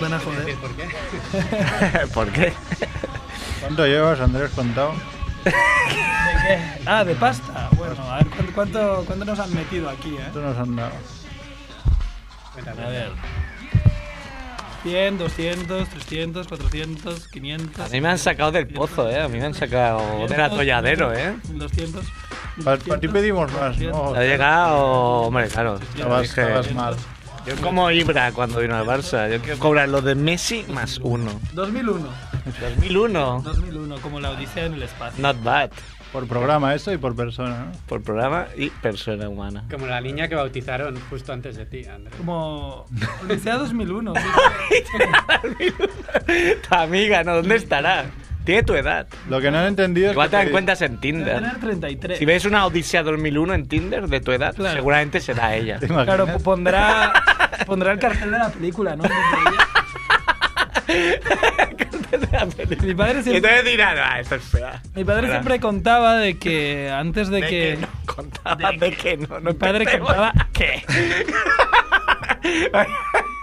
Van a joder. ¿Por qué? ¿Por qué? ¿Cuánto llevas, Andrés, contado? ¿De qué? Ah, de pasta. Bueno, a ver ¿cu- cuánto, cuánto nos han metido aquí, ¿eh? ¿Cuánto nos han dado? Cuéntame. A ver. 100, 200, 300, 400, 500. A mí me han sacado del pozo, ¿eh? A mí me han sacado del atolladero, ¿eh? 200. Pa- pa' ti pedimos más, ¿no? Ha llegado, hombre, claro. Estabas, dije, estabas mal. Yo como Ibra cuando vino al Barça. Yo quiero cobrar lo de Messi más uno. 2001. 2001. 2001, como la Odisea en el espacio. Not bad. Por programa esto y por persona, ¿no? Por programa y persona humana. Como la niña que bautizaron justo antes de ti, Andrés. Como Odisea 2001. sí. Tu amiga, ¿no? ¿Dónde estará? Tiene tu edad. Lo que no han entendido es Igual te que dan cuentas Debe en Tinder. tener 33. Si ves una Odisea 2001 en Tinder de tu edad, Claro. seguramente será ella. ¿Te imaginas? Claro, pues pondrá, pondrá el cartel de la película, ¿no? Mi padre Y siempre, entonces dirán, ah, esto es fea. mi padre Espera. siempre contaba de que antes de que... De que no, contaba de, que no. no Mi padre contemos. contaba- ¿Qué?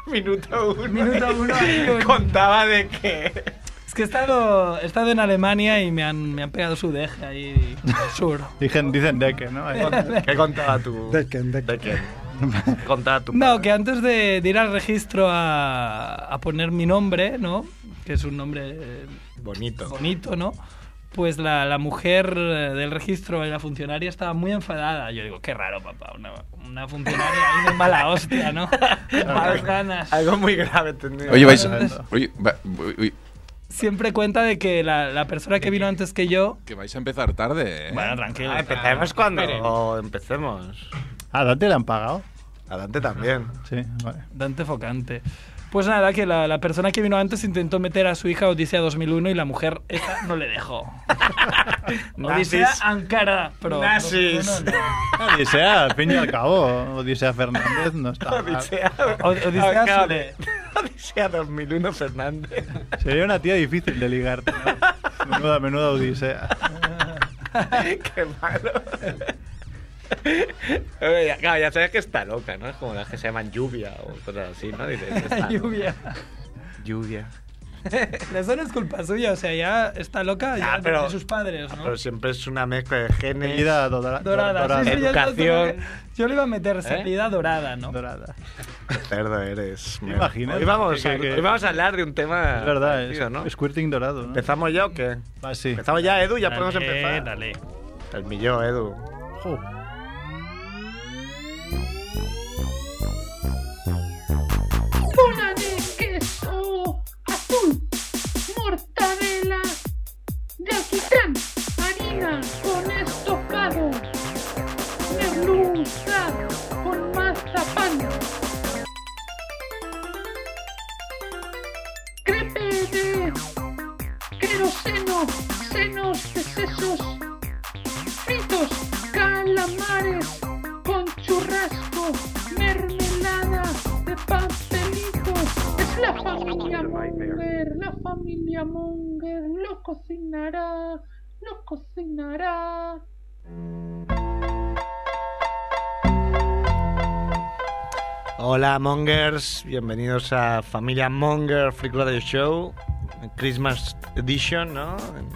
Minuto uno. Minuto uno, eh. amigo. Contaba de que... Es que he estado, he estado en Alemania y me han, me han pegado su deje ahí al sur. Dicen, dicen de que, ¿no? ¿Qué contaba tú? De quién, de ¿De quién? Contaba tu No, padre. que antes de, de ir al registro a, a poner mi nombre, ¿no? Que es un nombre eh, Bonito. bonito, ¿no? Pues la, la mujer eh, del registro, la funcionaria, estaba muy enfadada. Yo digo, qué raro, papá, una, una funcionaria ahí de mala hostia, ¿no? De malas ganas. Algo muy grave tenía. Oye, vais. Entonces- Oye, va- uy, uy, Siempre cuenta de que la, la persona que vino antes que yo... que vais a empezar tarde, ¿eh? Bueno, tranquilo. Ah, empezaremos cuando empecemos. ¿A Dante le han pagado? Adelante también. Sí, vale. Dante Focante. Pues nada, que la, la persona que vino antes intentó meter a su hija a Odisea 2001 y la mujer esa no le dejó. Odisea Nazis. Ankara. Pero, Nazis. no, no. Odisea, al fin y al cabo, Odisea Fernández no está mal. Odisea. Od- Odisea Acaba Sule. de- Odisea 2001 Fernández. Sería una tía difícil de ligarte, ¿no? Menuda, menuda Odisea. Qué malo. Oye, Eh, ya- Claro, ya sabes que está loca, ¿no? Es como las que se llaman lluvia o cosas así, ¿no? Dices, está loca. Lluvia. Lluvia. Pero Eso no es culpa suya, o sea, ya está loca ya Ah, pero- de sus padres, ¿no? Pero siempre es una mezcla de genes. Apellida Dora- Dorada. Dorada. sí, sí, ya está- Educación. ¿Eh? Yo le iba a meter salida dorada, ¿no? Dorada. Qué cerdo eres. ¿Te imaginas? Hoy vamos, eh, Que- que- hoy vamos a hablar de un tema. Es verdad, Ah, parecido, es ¿no? squirting dorado, ¿no? ¿Empezamos ya o qué? Va, sí. ¿Empezamos ya, Edu? ¿Ya Dale, podemos empezar? dale. El millón, Edu. Jo. bola de queso azul, mortadela de alquitrán, harina con estofado, merluza con mazapán, crepe de queroseno, senos de sesos, fritos, calamares con churrasco, mermelada de pastelito. Es la familia Munger, la familia Munger lo cocinará, lo cocinará. Hola Mongers, bienvenidos a Familia Monger Freak Radio Show, Christmas Edition, ¿no? En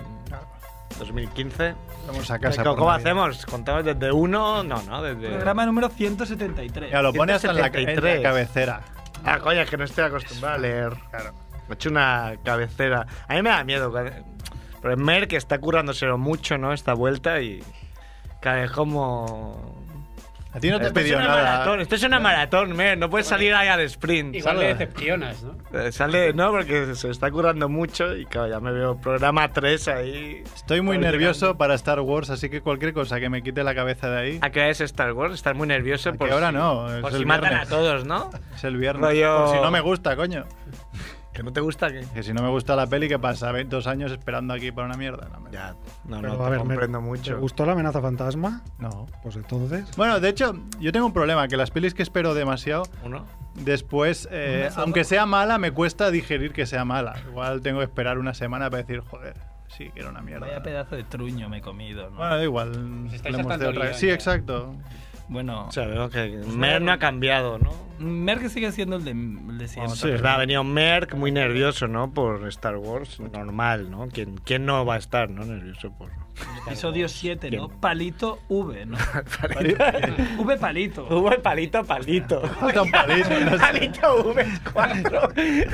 2015. Vamos a casa. ¿Cómo, por cómo Navidad. hacemos? ¿Contamos desde uno? No, no, desde... Programa número 173. Ya lo pone hasta en la, ca- en la 173. cabecera. Ah, coño, es que no estoy acostumbrado a leer. Claro. Me he hecho una cabecera. A mí me da miedo. ca- Pero es Mer que está currándoselo mucho, ¿no? Esta vuelta y... Claro, es como... A ti no te he esto, es pedido una maratón, nada. esto es una maratón, Mer. No puedes salir ahí al sprint. Igual le ¿sabes? decepcionas, ¿no? Eh, Sale, no, porque se está currando mucho y claro, ya me veo programa 3 ahí. Estoy muy Estoy nervioso para Star Wars, así que cualquier cosa que me quite la cabeza de ahí ¿A qué hora es Star Wars? Estás muy nervioso ¿A qué por hora si, no? Es por el si matan viernes. a todos, ¿no? es el viernes. Rollo- Por si no me gusta, coño. Que no te gusta que... Que si no me gusta la peli, ¿qué pasa? Ve- Dos años esperando aquí para una mierda. No, me- Ya, no, Pero, no, a te ver, me- comprendo ¿Te mucho. gustó la amenaza fantasma? no. Pues entonces. Bueno, de hecho, yo tengo un problema, que las pelis que espero demasiado, ¿Uno? después, eh, aunque sea mala, me cuesta digerir que sea mala. Igual tengo que esperar una semana para decir, joder, sí, que era una mierda. Vaya pedazo de truño me he comido, ¿no? Bueno, da igual. estáis hablemos hartando de otra. lío Sí, ya. exacto. Bueno, Sabemos que Merck no ha cambiado, ¿no? Merck sigue siendo el de, el de siempre. Sí. Es verdad, ha venido Merck muy nervioso, ¿no? Por Star Wars, normal, ¿no? ¿Quién, quién no va a estar, ¿no? Nervioso por. Episodio 7, ¿no? Palito V, ¿no? Falta V palito. Hubo el palito, palito. un palito. no sé. Palito V4.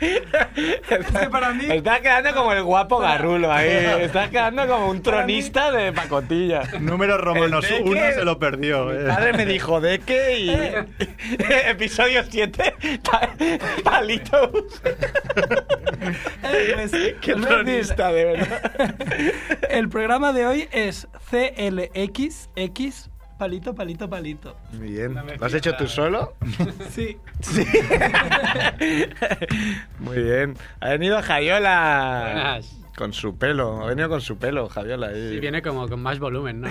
Es que para mí- Estás quedando como el guapo garrulo ahí. Estás quedando como un tronista de pacotilla. Número romanos El de uno que- se lo perdió. Mi eh. padre me dijo de qué y. Episodio 7, pa- palito. Eh, pues, qué Reddit. tronista, de verdad. El programa de hoy es CLXX, palito, palito, palito. Bien. No me ¿Lo has hecho tú fijaba. solo? Sí. Muy bien. Ha venido Javiola. Buenas. Con su pelo. Ha venido con su pelo, Javiola. ahí. Sí, viene como con más volumen, ¿no?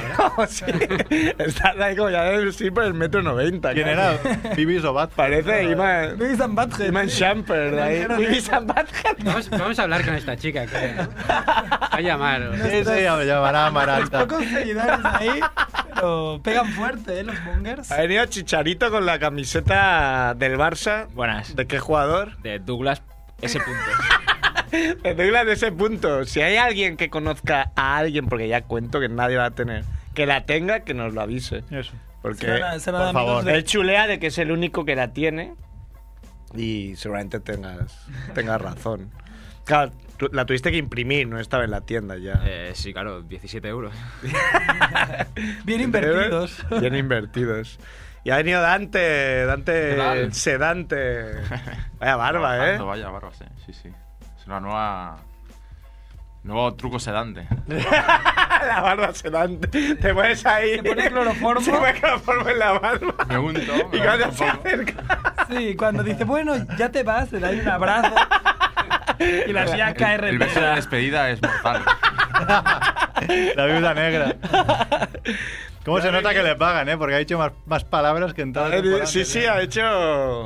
Sí. Está ahí como ya de- sí por el metro 90. ¿Quién casi. era? ¿Bibis o Bad? Parece Iman. Luis and Badger. Iman Shumpert, ahí. Vivi San Vamos, vamos a hablar con esta chica, creo, ¿no? Va a llamar. o- Ese ya me llamará Amaranta. Pocos seguidores ahí, pero pegan fuerte, ¿eh? Los bongers. Ha venido Chicharito con la camiseta del Barça. Buenas. ¿De qué jugador? De Douglas ese punto. Te Douglas de ese punto. Si hay alguien que conozca a alguien, porque ya cuento que nadie va a tener, que la tenga, que nos lo avise. Eso. Porque Serán- serán por amigos favor. de- él chulea de que es el único que la tiene y seguramente tengas, tengas razón. Claro, tú- la tuviste que imprimir, no estaba en la tienda ya. Eh, sí, claro, 17 euros. Bien invertidos. Bien invertidos. Y ha venido Dante, Dante ¿Qué tal? sedante. Vaya barba, ¿eh? Trabajando, Vaya barba, sí, sí, sí. Es una nueva... Nuevo truco sedante. la barba sedante. Te pones ahí. Te pones cloroformo. Te pones cloroformo en la barba. Me unto, me y unto cuando un se poco. acerca. Sí, cuando dice, bueno, ya te vas, le da un abrazo. Y la silla cae El, el beso de rendida. despedida es mortal. La viuda negra. ¿Cómo se nota que le pagan, eh? Porque ha dicho más, más palabras que en toda la temporada Sí, sí, ha hecho.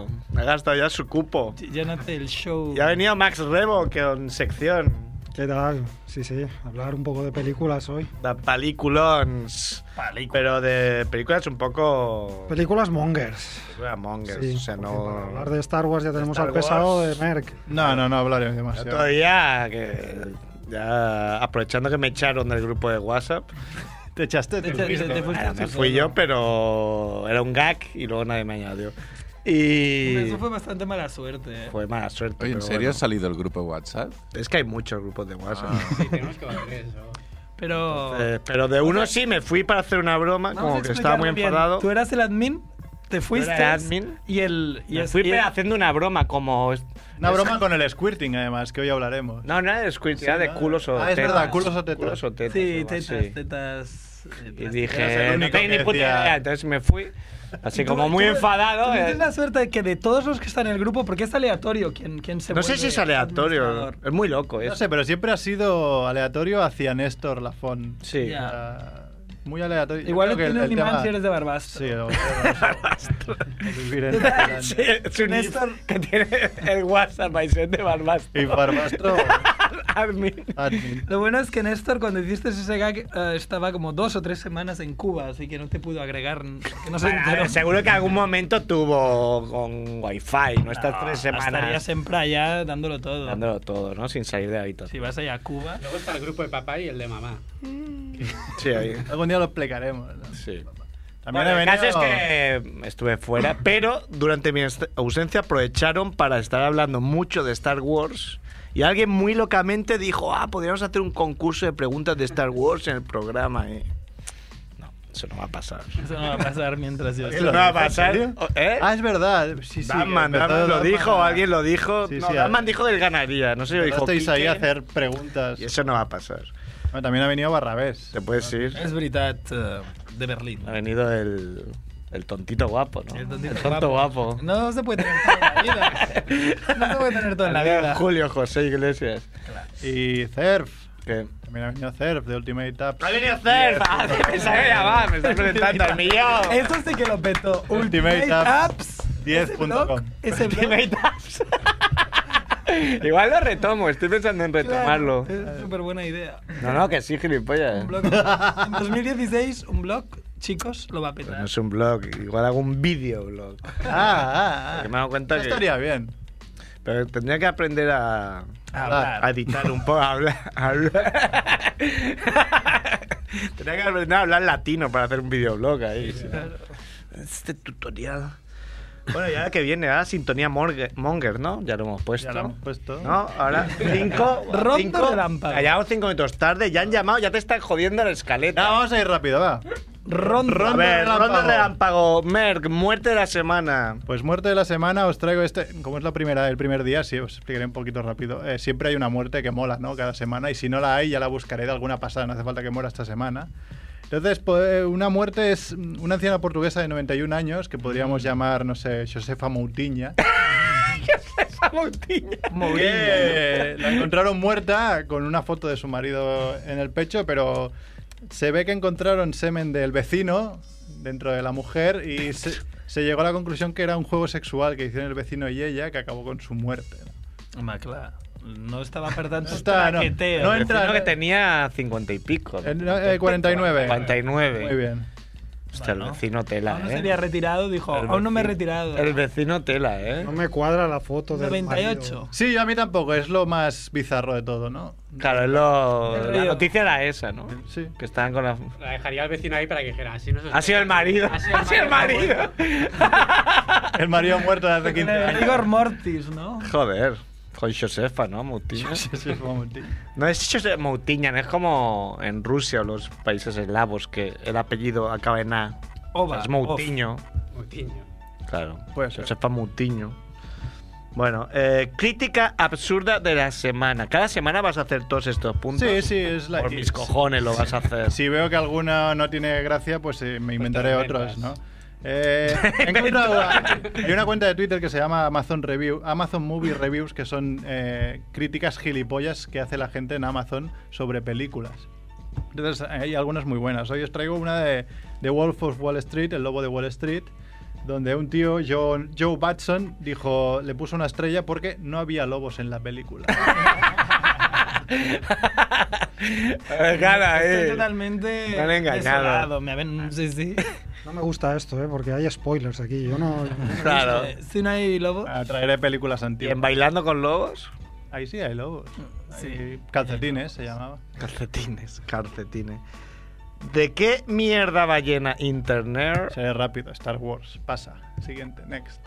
Ha gastado ya su cupo. Llénate el show. Y ha venido Max Rebo con sección. ¿Qué tal? Sí, sí, hablar un poco de películas hoy. De peliculons. Pero de películas un poco. Películas mongers. Películas mongers. Sí, o sea, porque no. Para hablar de Star Wars ya tenemos Star al pesado Wars. de Merck. No, no, no hablaré El demasiado. otro día que. Ya aprovechando que me echaron del grupo de WhatsApp, Te echaste, te Te- te- fuiste. te fuiste. Bueno, me fui yo, pero era un gag y luego nadie me añadió. Y Eso fue bastante mala suerte. ¿eh? fue mala suerte. Oye, ¿en pero serio ha bueno. salido el grupo de WhatsApp? Ah. Es que hay muchos grupos de WhatsApp. Sí, tenemos como tres, o- Pero. Eh, pero de uno sí me fui para hacer una broma, Vamos a como que estaba muy explicarlo bien. enfadado. Tú eras el admin, te fuiste. era admin. Y el. Y Me el- fui y el- pero haciendo una broma, como. Una broma con el squirting, además, que hoy hablaremos. No, no era de squirt, era de ¿no? culos o Ah, es tetas. verdad, culos o tetas. Culos o tetas, Sí, algo tetas, así. tetas. eh, Y plásticas. Eras dije, el no único tengo ni que puta decía- idea. Entonces me fui, así Tú- como muy tú- enfadado. tú eh. Tienes la suerte de que de todos los que están en el grupo, porque es aleatorio quién, quién se No sé vuelve si es aleatorio, administrador. es muy loco eh. No eso. sé, pero siempre ha sido aleatorio hacia Néstor Lafón. Sí. Ya. Ah, Muy aleatorio. Yo Igual no creo que tienes ni tema- man si eres de Barbastro. Sí, o- o vivir en Irlanda. Sí, es un Néstor. if que tiene el WhatsApp ahí, es de Barbastro. Y Barbastro, Admin. admin. Lo bueno es que Néstor, cuando hiciste ese gag, eh, estaba como dos o tres semanas en Cuba, así que no te pudo agregar. Que no se Bueno, a ver, enteró. seguro que algún momento tuvo con wifi, ¿no? Estas tres Estarías semanas Ah, siempre allá dándolo todo. dándolo todo, ¿no? Sin salir de la Si habitación. vas allá a Cuba. Luego está el grupo de papá y el de mamá. Sí, ahí. Algún día lo explicaremos. ¿no? Sí. También Bueno, he el caso es venido- que estuve fuera, pero durante mi est- ausencia aprovecharon para estar hablando mucho de Star Wars. Y alguien muy locamente dijo, ah, podríamos hacer un concurso de preguntas de Star Wars en el programa. y- No, eso no va a pasar. Eso no va a pasar mientras yo. Eso no va a pasar. ¿En serio? ¿Eh? Ah, es verdad. Sí, sí. Batman, empezó Batman lo Batman dijo, a- alguien lo dijo. Sí, no, sí, Batman a- dijo que él ganaría, no sé, lo Ahora dijo estáis ahí Quique, a hacer preguntas. Y eso no va a pasar. Bueno, también ha venido Barrabés. Te puedes ir. Es verdad, eh, de Berlín. Ha venido el, el tontito guapo, ¿no? El tontito tonto guapo. No se puede tener toda la vida. No se puede tener toda la vida. Julio José Iglesias. Y Cerf. ¿Qué? También ha venido Cerf de Ultimate Tap. ¡Ha venido Cerf! Ah, pensaba que ya va, me está presentando al millón. Eso sí que lo petó. Ultimate Ultimate Apps. Apps. Ese blog, 10.com. Ese blog. Ultimate Apps. Igual lo retomo, estoy pensando en retomarlo. Es súper buena idea. No, no, que sí, gilipollas. Un blog- en 2016, un blog chicos, lo va a Pues petar. no es un blog, igual hago un videoblog. Ah, ah, Porque ah. me he dado cuenta No que. estaría bien. Pero tendría que aprender a. A a dictar un poco, a hablar. a hablar. tendría que aprender a hablar latino para hacer un videoblog ahí. sí. Este tutorial. Bueno, ya que viene, ahora sintonía morgue- Monger, ¿no? Ya lo hemos puesto. Ya lo hemos puesto. ¿No? Ahora, cinco. Ronda cinco, relámpago. Callado cinco minutos tarde, ya han llamado, ya te están jodiendo la Ya, escaleta. vamos a ir rápido, va. Ronda. a ver, relámpago. ronda relámpago. Merck, muerte de la semana. Pues muerte de la semana, os traigo este. Como es la primera, el primer día, sí, os explicaré un poquito rápido. Eh, siempre hay una muerte que mola, ¿no? Cada semana, y si no la hay, ya la buscaré de alguna pasada, no hace falta que muera esta semana. Entonces, po- eh, una muerte es mm, una anciana portuguesa de 91 años, que podríamos llamar, no sé, Josefa Moutinha. que la encontraron muerta con una foto de su marido en el pecho, pero se ve que encontraron semen del vecino dentro de la mujer y se, se llegó a la conclusión que era un juego sexual que hicieron el vecino y ella que acabó con su muerte. Home, clar, no estava per tant No está, Ah, no. traqueteo. No entra. Creo que tenía cincuenta y pico. Eh, no, eh, 49. 49. Muy bien. Hostia, el Bueno. vecino tela, Aún no ¿eh? se había retirado, dijo, El aún no me he vecino- retirado. El vecino tela, ¿eh? No me cuadra la foto del 98. Sí, yo a mí tampoco, es lo más bizarro de todo, ¿no? Claro, es lo... El la río. noticia era esa, ¿no? Sí. Que estaban con la... La dejaría al vecino ahí para que dijera, así no se Ha sido el marido. Ha sido el marido. El marido muerto de hace 15 El años. Rigor mortis, Pues, ¿no? Joder. Con Josefa, ¿no? Moutiña. Josefa Moutinha. No es Josefa Moutiña, no es como en Rusia o los países eslavos que el apellido acaba en A. O sea, Ova. es Moutiño. Mutiño. Claro. Puede ser. Josefa Moutiño. Bueno, eh, crítica absurda de la semana. Cada semana vas a hacer todos estos puntos. Sí, sí, es la... Por mis cojones lo vas a hacer. Si veo que alguna no tiene gracia, pues eh, me inventaré otros, ¿no? Eh, he encontrado- hay una cuenta de Twitter que se llama Amazon Review, Amazon Movie Reviews, que son eh, críticas gilipollas que hace la gente en Amazon sobre películas. Entonces hay algunas muy buenas. Hoy os traigo una de, de Wolf of Wall Street, El Lobo de Wall Street, donde un tío, Joe, Joe Batson, dijo, le puso una estrella porque no había lobos en la película. Gana, Estoy eh. totalmente Me han engañado. Ah. desolado. Me habían... Sí, sí. No me gusta esto, ¿eh? porque hay spoilers aquí. Yo no. Claro. Eh, Si no hay lobo... Ah, Traeré películas ¿Y en antiguas. Bailando con Lobos? Ahí sí hay lobos. Sí. Hay Calcetines se llamaba. Calcetines, calcetines. ¿De qué mierda va llena Internet? Seré rápido, Star Wars. Pasa. Siguiente, next.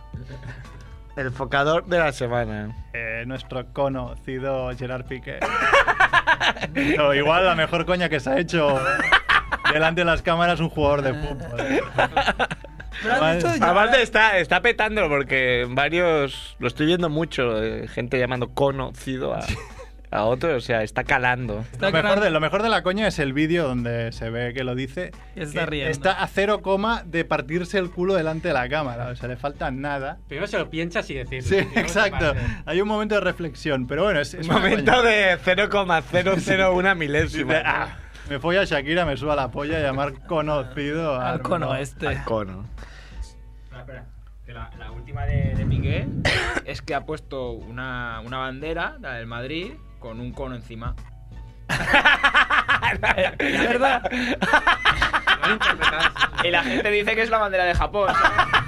El focador de la semana. Eh, nuestro conocido Gerard Piqué. Pero igual la mejor coña que se ha hecho delante de las cámaras un jugador de fútbol. Pero has Vale. dicho ya- Aparte está, está petándolo porque varios, lo estoy viendo mucho, eh, gente llamando conocido a, a otro, o sea, está calando. Está Lo mejor, gran- de, lo mejor de la coña es el vídeo donde se ve que lo dice. Y está que riendo. Está a cero coma de partirse el culo delante de la cámara. O sea, le falta nada. Primero se lo piensas y decirlo. Sí, Y luego te exacto. pasa. Hay un momento de reflexión, pero bueno, es, es Un una coña. momento de 0,001 milésima. Dice, "Ah, me voy a Shakira, me suba la polla y llamar conocido a Al cono este. Cono. Espera, espera. Que La, la última de, de Piqué es que ha puesto una, una bandera, la del Madrid, con un cono encima. Es verdad. Lo han interpretado así. Y la gente dice que es la bandera de Japón. ¿sabes?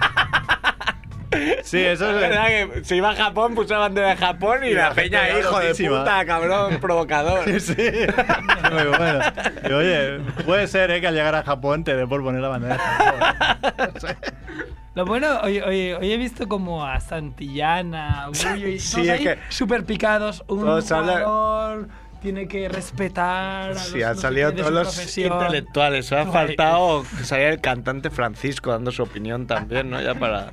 Sí, eso Es es. verdad que se iba a Japón, puso la bandera de Japón y, Y la, la gente peña, era hijo de loquísima". puta, cabrón, provocador. Sí, muy bueno. Y, oye, puede ser ¿eh? que al llegar a Japón te dé por poner la bandera. de Japón. Lo bueno, hoy, hoy- hoy he visto como a Santillana, Bullo y Sí, todos es ahí que- súper picados. Un todos hablan- jugador tiene que respetar. A los, Sí, han no sé salido qué de todos su los profesión. intelectuales. Ha Guay. faltado que saliera el cantante Francisco dando su opinión también, ¿no? Ya para,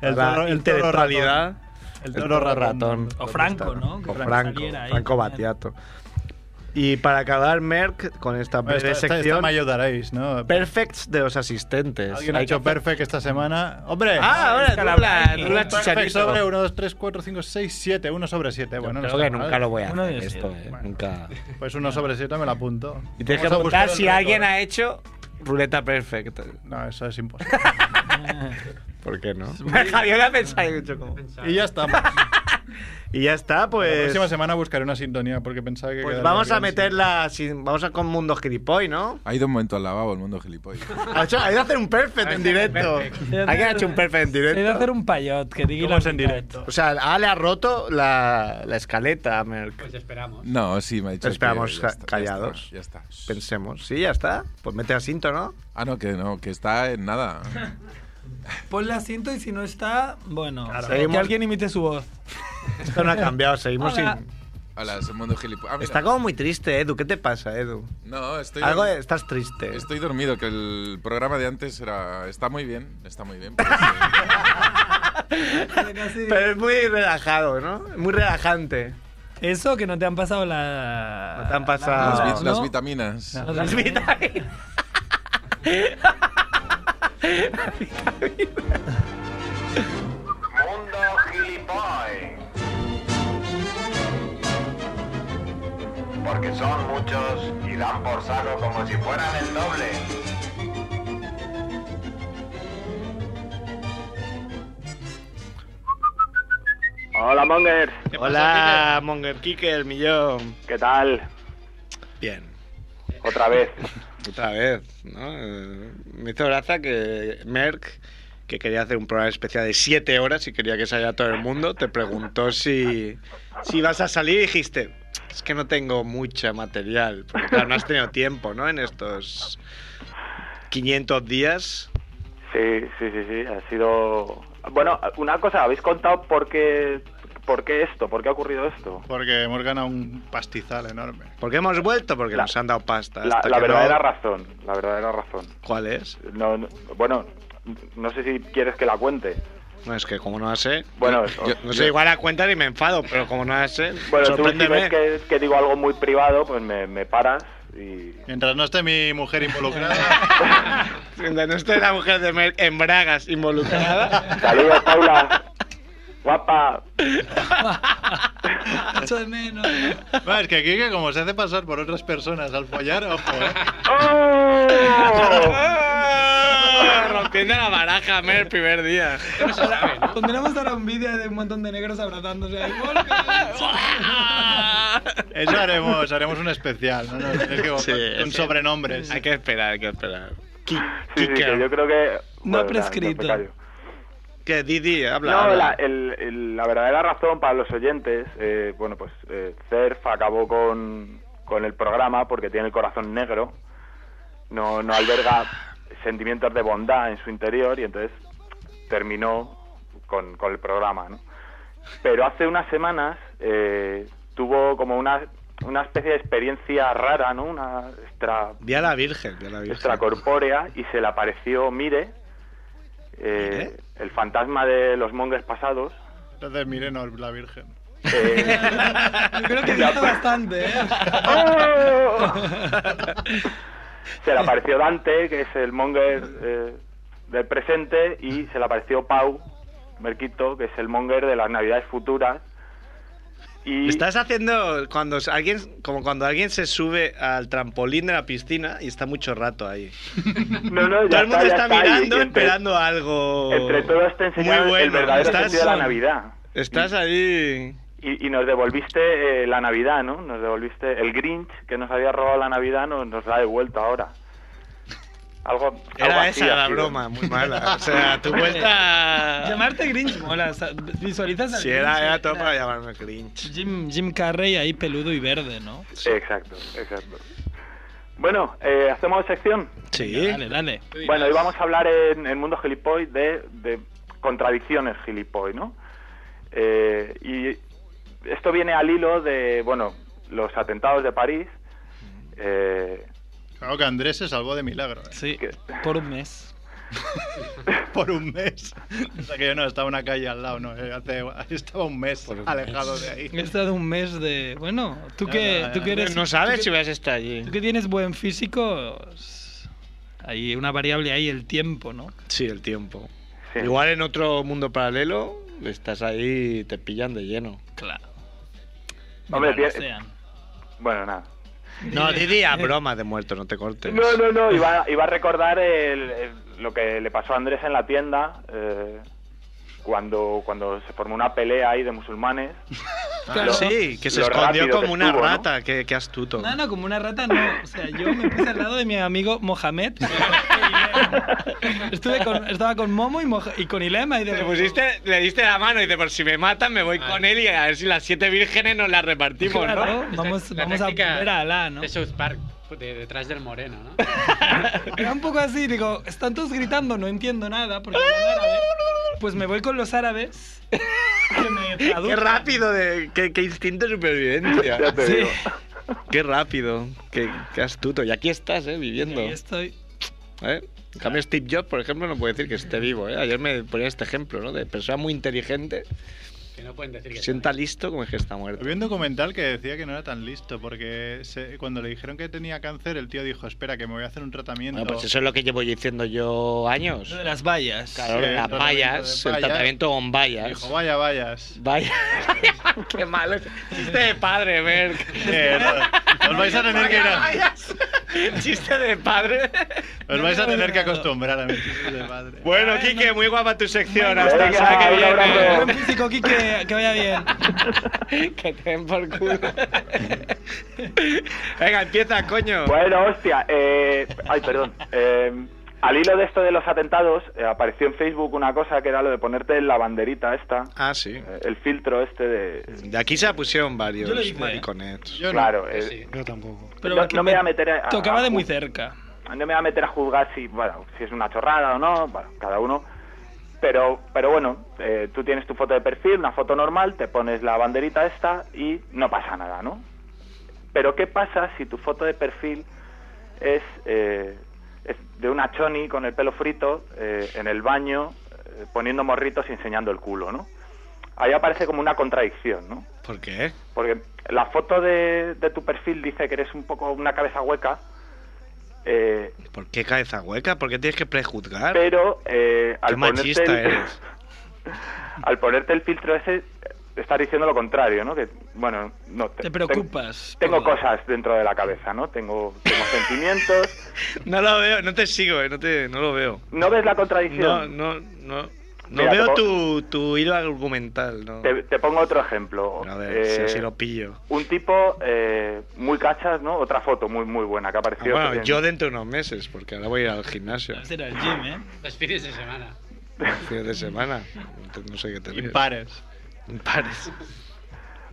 El para toro- el toro intelectualidad. ratón. El toro ratón. O Franco, ¿no? Que O Franco Franco, saliera ahí Franco también. Batiato. Y para acabar, Merck, con esta Bueno, breve esta, esta- esta sección, me ayudaréis, ¿no? perfects de los asistentes. Alguien ha Hay que hecho hacer- perfect esta semana. Oh, ¡Hombre! Ah, ahora, dubla, dubla perfect chicharito. sobre 1, 2, 3, 4, 5, 6, 7. 1 sobre 7. Bueno, no Creo que está mal. nunca lo voy a Uno de hacer esto, siete. ¿eh? Nunca. Pues 1 sobre 7 me lo apunto. Y tienes que Vamos a buscar preguntar el si reto. alguien ha hecho ruleta perfecta. No, eso es imposible. ¿Por qué no? Javier ha pensado y ha dicho como... y ya estamos. Y ya está, La pues. próxima semana buscaré una sintonía porque pensaba que. Pues quedaría vamos a bien, sí. meterla. sin- vamos a con Mundo Gilipoy, ¿no? Ha ido un momento al lavabo el mundo gilipollas. Ha hecho- ha ido a hacer un perfect en directo. Alguien ha hecho un perfect en He de directo. hacer un payot, que diga ¿Cómo es en directo? O sea, A le ha roto la, la escaleta a Merck. Pues esperamos. No, sí, me ha dicho. que Esperamos ya ca- está, callados. Ya está, ya está. Pensemos. Sí, ya está. Pues mete asiento, ¿no? Ah, no, que no, que está en nada. Ponle asiento y si no está, bueno, Seguimos. que alguien imite su voz. Esto no ha cambiado, seguimos Hola. sin. Hola, es el mundo gilipollas. Ah, mira. Está como muy triste, Edu. ¿Qué te pasa, Edu? No, estoy. Algo de- estás triste. Estoy dormido, que el programa de antes era. Está muy bien, está muy bien. pero- Pero es muy relajado, ¿no? Muy relajante. Eso que no te han pasado la. No te han pasado- las, vit- Ah, las vitaminas. No. Las vitaminas. Porque son muchos y dan por saco como si fueran el doble. Hola Mongers, Hola, Monger Kicker, millón. ¿qué tal? Bien. Otra vez. Otra vez, ¿no? Eh, Me hizo gracia que Merck, que quería hacer un programa especial de 7 horas y quería que saliera todo el mundo, te preguntó si, si vas a salir y dijiste, es que no tengo mucho material, porque claro, no has tenido tiempo, ¿no? En estos 500 días. Sí, sí, sí, sí, ha sido... Bueno, una cosa, ¿habéis contado por qué, por qué esto? ¿Por qué ha ocurrido esto? Porque hemos ganado un pastizal enorme. Porque hemos vuelto, porque La- nos han dado pasta. La, hasta la que no- verdadera razón, la verdadera razón. ¿Cuál es? No, no- bueno, no sé si quieres que la cuente. No, es que como no la sé... Bueno, Yo- No sé, igual la cuenta y me enfado, pero como no la sé, Bueno, tú si sorpréndeme. ves que, que digo algo muy privado, pues me, me paras y... Mientras no esté mi mujer involucrada, Mientras no esté la mujer de Merck en bragas involucrada. Saludos, Paula. Guapa. Echo de menos. No, es que aquí que como se hace pasar por otras personas al follar, ojo, eh. ¡Oh! ¡Ah! Rompiendo la baraja, Mer, el primer día. Pondremos ahora un vídeo de un montón de negros abrazándose ahí. Eso haremos, haremos un especial, ¿no? No, es que con, Sí, con sí. sobrenombres. Hay que esperar, hay que esperar. Ki- Sí, sí, que yo Kicker. creo que... No Bueno, nada, prescrito. me callo. Que Didi, habla. No, habla. la, el- el- la verdadera razón para los oyentes, eh, bueno, pues eh, CERF acabó con, con el programa porque tiene el corazón negro, no, no alberga sentimientos de bondad en su interior y entonces terminó con, con el programa, ¿no? Pero hace unas semanas eh, tuvo como una, una especie de experiencia rara, ¿no? Una extra, Di a la Virgen, di a la Virgen. extracorpórea y se le apareció Mire, eh, el fantasma de los mongers pasados. Entonces miren a la Virgen. Eh, Yo creo que dice bastante, ¿eh? se le apareció Dante, que es el monger eh, del presente, y se le apareció Pau, Merquito, que es el monger de las navidades futuras. Y Estás haciendo cuando alguien, como cuando alguien se sube al trampolín de la piscina y está mucho rato ahí. no, no, ya Todo el mundo ya está, y- mirando, y entre, esperando algo. Entre todos te enseñaron muy bueno. el verdadero estás, sentido de la Navidad. Estás ahí. Y, y nos devolviste eh, la Navidad, ¿no? Nos devolviste el Grinch que nos había robado la Navidad, nos, nos la ha devuelto ahora. Algo, algo Era así esa ha la sido. broma, muy mala. O sea, tu vuelta. Llamarte Grinch mola. o sea, Visualizas al Si Grinch, era, eh, era todo para llamarme cringe. Jim, Jim Carrey ahí peludo y verde, ¿no? Exacto, exacto. Bueno, eh, ¿hacemos sección? Sí. Dale, dale. Bueno, hoy vamos a hablar en, el Mundo Gilipoy de, de contradicciones gilipoy, ¿no? Eh, y esto viene al hilo de, bueno, los atentados de París. Mm. eh, Claro que Andrés se salvó de milagro, ¿eh? Sí, ¿Qué? por un mes. por un mes. O sea que yo no estaba en una calle al lado, no. eh, hace- estaba un mes alejado de ahí. He estado un mes de. Bueno, tú Ya, que, ya, ya. tú que eres. No sabes si hubieras estado allí. Tú que tienes buen físico. s- Hay una variable ahí, el tiempo, ¿no? Sí, el tiempo. sí. Igual en otro mundo paralelo estás ahí y te pillan de lleno. Claro. Hombre, Mientras tie- no sean. Bueno, nada. No, Didi, a bromas de muerto, no te cortes. No, no, no, iba, iba a recordar el- el- lo que le pasó a Andrés en la tienda. eh, cuando, cuando se formó una pelea ahí de musulmanes. lo- Ah, sí, que se lo escondió rápido como que una estuvo, ¿no? rata, qué, qué astuto. No, no, como una rata no. O sea, yo me puse al lado de mi amigo Mohamed. Estuve con, estaba con Momo y, Moja- y con Ilema y de Le, pusiste, le diste la mano y dice, por si me matan me voy con él y a ver si las siete vírgenes nos las repartimos, Claro, ¿no? vamos, La vamos a táctica ver a Alá, ¿no? De South Park, de- detrás del moreno, ¿no? Era un poco así, digo, están todos gritando, no entiendo nada, porque hablan árabe. Pues me voy con los árabes. Que me Qué traduzcan. rápido, de, qué, qué instinto de supervivencia. Ya te digo. Qué rápido, qué, qué astuto. Y aquí estás, ¿eh? Viviendo. Y estoy. ¿eh? En cambio, Steve Jobs, por ejemplo, no puede decir que esté vivo. ¿eh? Ayer me ponía este ejemplo, ¿no? De persona muy inteligente, Que no pueden decir que que sienta listo como es que está muerto. Vi un documental que decía que no era tan listo, porque se- cuando le dijeron que tenía cáncer, el tío dijo, espera, que me voy a hacer un tratamiento. Bueno, pues eso es lo que llevo diciendo yo años. Lo de las vallas. Claro, Sí, el las tratamiento de vallas, el vallas. tratamiento con vallas. Dijo, vaya, vayas. Vaya, qué malo. es. Chiste de padre, Merck. Eh, no, os vais a tener que ir a- Vallas. Chiste de padre. os vais a tener que acostumbrar a mis chistes de padre. Bueno, Quique, muy guapa tu sección. Venga, Hasta el sábado que un abrazo. viene. Buen físico, Kike, que vaya bien. que te den por culo. Venga, empieza, coño. Bueno, hostia. eh, ay, perdón. Eh, al hilo de esto de los atentados, eh, apareció en Facebook una cosa que era lo de ponerte la banderita esta, Ah, sí. eh, el filtro este de... De aquí se pusieron varios Yo lo hice, mariconetes. Yo no. Claro, eh, Yo tampoco. Pero no, aquí no me voy a meter a- a- Tocaba a de muy ju- cerca. no me voy a meter a juzgar si, bueno, si es una chorrada o no, bueno, cada uno. Pero, pero bueno, eh, tú tienes tu foto de perfil, una foto normal, te pones la banderita esta y no pasa nada, ¿no? Pero ¿qué pasa si tu foto de perfil es, eh, es de una choni con el pelo frito eh, en el baño eh, poniendo morritos y enseñando el culo, ¿no? Ahí aparece como una contradicción, ¿no? ¿Por qué? Porque la foto de, de tu perfil dice que eres un poco una cabeza hueca, eh, ¿Por qué cabeza hueca? ¿Por qué tienes que prejuzgar? pero eh, al, Qué machista ponerte el, eres. al ponerte el filtro ese, eh, estás diciendo lo contrario, ¿no? Que, bueno, no. Te preocupas. tengo por- cosas dentro de la cabeza, ¿no? Tengo, tengo sentimientos. No lo veo, no te sigo, eh, no, te, no lo veo. ¿No ves la No, contradicción? no, no. No Mira, te veo po- tu, tu hilo argumental, ¿no? Te, te pongo otro ejemplo. A ver, Eh, si así lo pillo. Un tipo eh, muy cachas, ¿no? Otra foto muy muy buena que Ah, apareció. bueno, en- yo dentro de unos meses, porque ahora voy a ir al gimnasio Vas a ir al gym, ¿eh? Los fines de semana. el fin de semana. Entonces, No sé qué te ríes. Impares. Impares.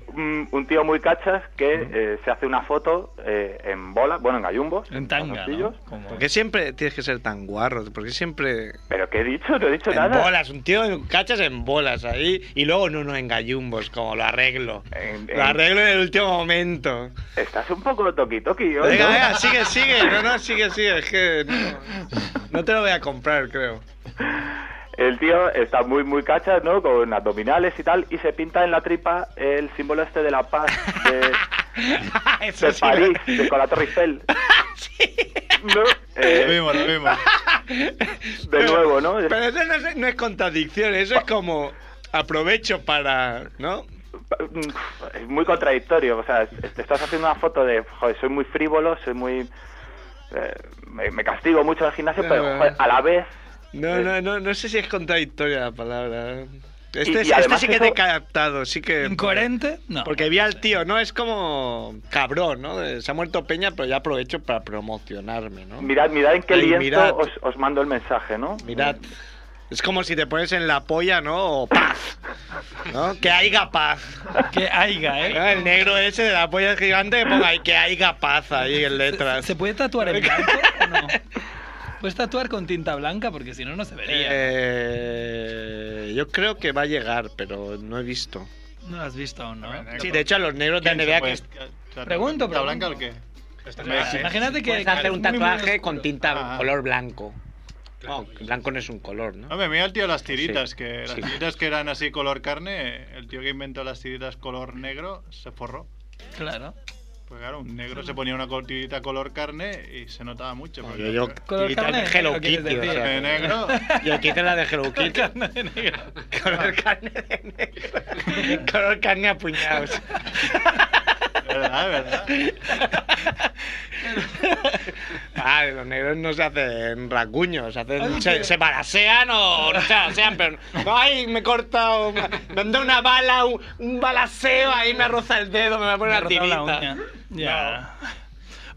un, un tío muy cachas que eh, se hace una foto eh, en bola, bueno, en gallumbos. En tanga, calzoncillos. ¿no? Como- ¿Por qué siempre tienes que ser tan guarro? ¿Por qué siempre ¿Pero qué he dicho? No he dicho En nada. bolas, un tío en cachas en bolas ahí y luego no, no, en gallumbos, como lo arreglo. En- en- Lo arreglo en el último momento. Estás un poco toqui toqui hoy, Venga, ¿no? venga, sigue, sigue. No, no, sigue, sigue. Es que no, no te lo voy a comprar, creo. El tío está muy, muy cachas, ¿no? Con abdominales y tal, y se pinta en la tripa el símbolo este de la paz de, de Eso sí, París, de, con la Torre Eiffel. ¿No? Lo Eh, vimos, lo vimos. de nuevo, ¿no? Pero eso no es, no es contradicción, eso es como aprovecho para. ¿No? es muy contradictorio. O sea, te estás haciendo una foto de, joder, soy muy frívolo, soy muy. eh, me, me castigo mucho en el gimnasio, pero joder, a la vez. No, no, no, no sé si es contradictoria la palabra. Este, Eh. Y- y es- este además sí que eso- te he captado, sí que. ¿Incoherente? No. Porque vi al tío, ¿no? Es como cabrón, ¿no? De, Se ha muerto Peña, pero ya aprovecho para promocionarme, ¿no? Mirad, mirad en qué Ey, lienzo mirad. os, os mando el mensaje, ¿no? Mirad. Es como si te pones en la polla, ¿no? O paz. ¿No? Que haya paz. Que haiga, ¿eh? ¿No? El negro ese de la polla gigante que ponga ahí, que haya paz ahí en ¿Se, letras. se puede tatuar en blanco o no? Puedes tatuar con tinta blanca porque si no, no se vería. Eh, yo creo que va a llegar, pero no he visto. No lo has visto aún, ¿no? Sí, de hecho, a los negros de NBA que. Pregunto, ¿Tinta pregunto. blanca o qué? Imagínate que. Puedes que hacer es un muy, muy Tatuaje oscuro. con tinta Ah. color blanco. No, pues. blanco no es un color, ¿no? Hombre, mira el tío las tiritas, Sí, que las sí. tiritas que eran así color carne, el tío que inventó las tiritas color negro se forró. Claro. Pues claro, un negro se ponía una co- tirita color carne y se notaba mucho. No, porque Yo digo Color tiritas de carne, Hello ¿no? ¿Quieres Kitty. o decir? la sea, de negro, Yo aquí te la de Hello Kitty. Carne de negro. Color carne de negro. Color carne a puñados. ¿verdad? ¿verdad? Ah, los negros no se hacen rasguños, se, hacen, se, se balasean o no se balasean, pero. no, Ay, me he cortado, me han dado una bala, un, un balaseo, ahí me roza el dedo, me va a poner Me he una cortado la tirita. uña. Ya.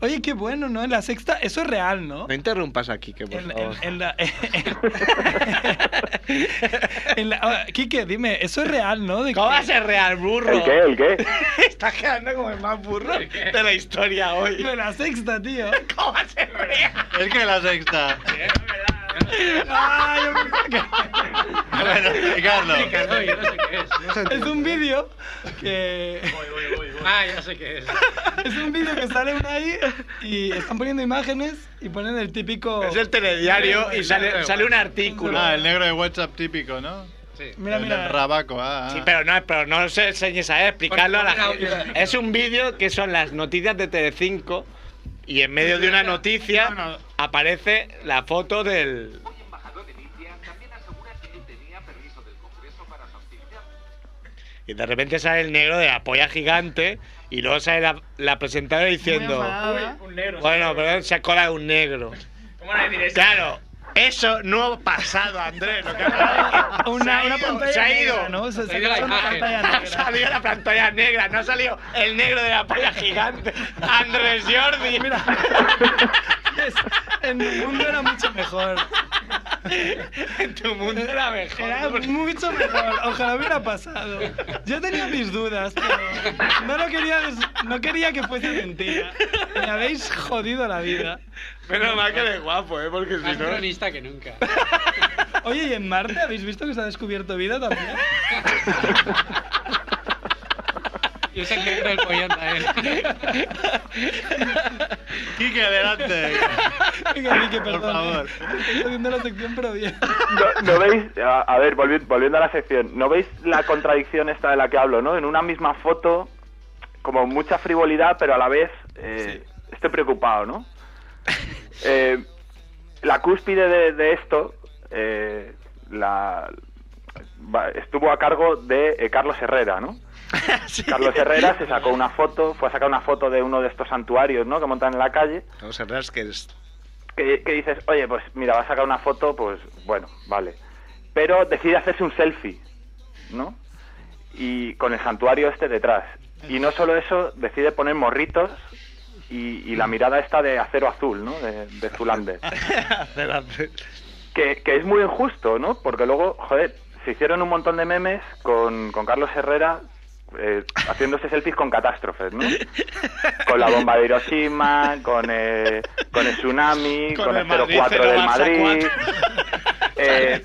Oye, qué bueno, ¿no? En la sexta, eso es real, ¿no? No interrumpas aquí, que por En, favor. en- en la, en la- ah, Quique, dime, eso es real, ¿no? De ¿Cómo que- va a ser real, burro? ¿El qué? ¿El qué? Estás quedando como el más burro de la historia hoy. De la sexta, tío. ¿Cómo va a ser real? Es que la sexta. Ay, Bueno, Ricardo. Ricardo, yo no sé qué es. es un vídeo que. Ah, ya sé qué es. Es un vídeo que sale una ahí y están poniendo imágenes y ponen el típico. Es el telediario y sale, sale un artículo. Ah, el negro de WhatsApp típico, ¿no? Sí. Mira, El mira. del rabaco, ah. ah. Sí, pero no, pero no se enseñes a él, explicarlo a la Pon- pon el gente. audio. Es un vídeo que son las noticias de Telecinco y en medio de una noticia aparece la foto del... Y de repente sale el negro de la polla gigante y luego sale la, la presentadora diciendo... Un eh. negro. Bueno, pero se cola un negro. ¿Cómo van a decir eso? Claro, eso no ha pasado, Andrés. Lo que ha pasado es que se Una, ha una ido- pantalla se ha negra, ido. ¿no? Se, Ha ido la saca una imagen. pantalla Ha negra. salido la pantalla negra, no ha salido el negro de la palla gigante. Andrés Jordi. Mira. Es- en mi mundo era mucho mejor. En tu mundo era mejor. Era mucho mejor. Ojalá hubiera pasado. Yo tenía mis dudas, pero no lo quería, des- no quería que fuese mentira. Me habéis jodido la vida. Menos mal que eres guapo, ¿eh? Porque si Más no. cronista que nunca. Oye, ¿y en Marte habéis visto que se ha descubierto vida también? Yo sé que era el pollón también. Quique, adelante. Venga, Vicky, perdón. favor. Estoy haciendo la sección, pero bien. ¿No, no veis? A, a ver, volvi- volviendo a la sección, ¿no veis la contradicción esta de la que hablo, no? En una misma foto, como mucha frivolidad, pero a la vez eh, estoy preocupado, ¿no? Eh, la cúspide de, de esto eh, la, va- estuvo a cargo de eh, Carlos Herrera, ¿no? Carlos Herrera se sacó una foto, fue a sacar una foto de uno de estos santuarios, ¿no? Que montan en la calle Vamos a ver, que es. que, que dices, oye, pues mira, va a sacar una foto, pues bueno, vale. Pero decide hacerse un selfie, ¿no? Y con el santuario este detrás. Y no solo eso, decide poner morritos y, y la mirada esta de acero azul, ¿no? De, de Zulander. Que, que es muy injusto, ¿no? Porque luego, joder, se hicieron un montón de memes con, con Carlos Herrera eh, haciéndose selfies con catástrofes, ¿no? Con la bomba de Hiroshima, con, eh, con el tsunami, con, el 04 del Madrid. Eh,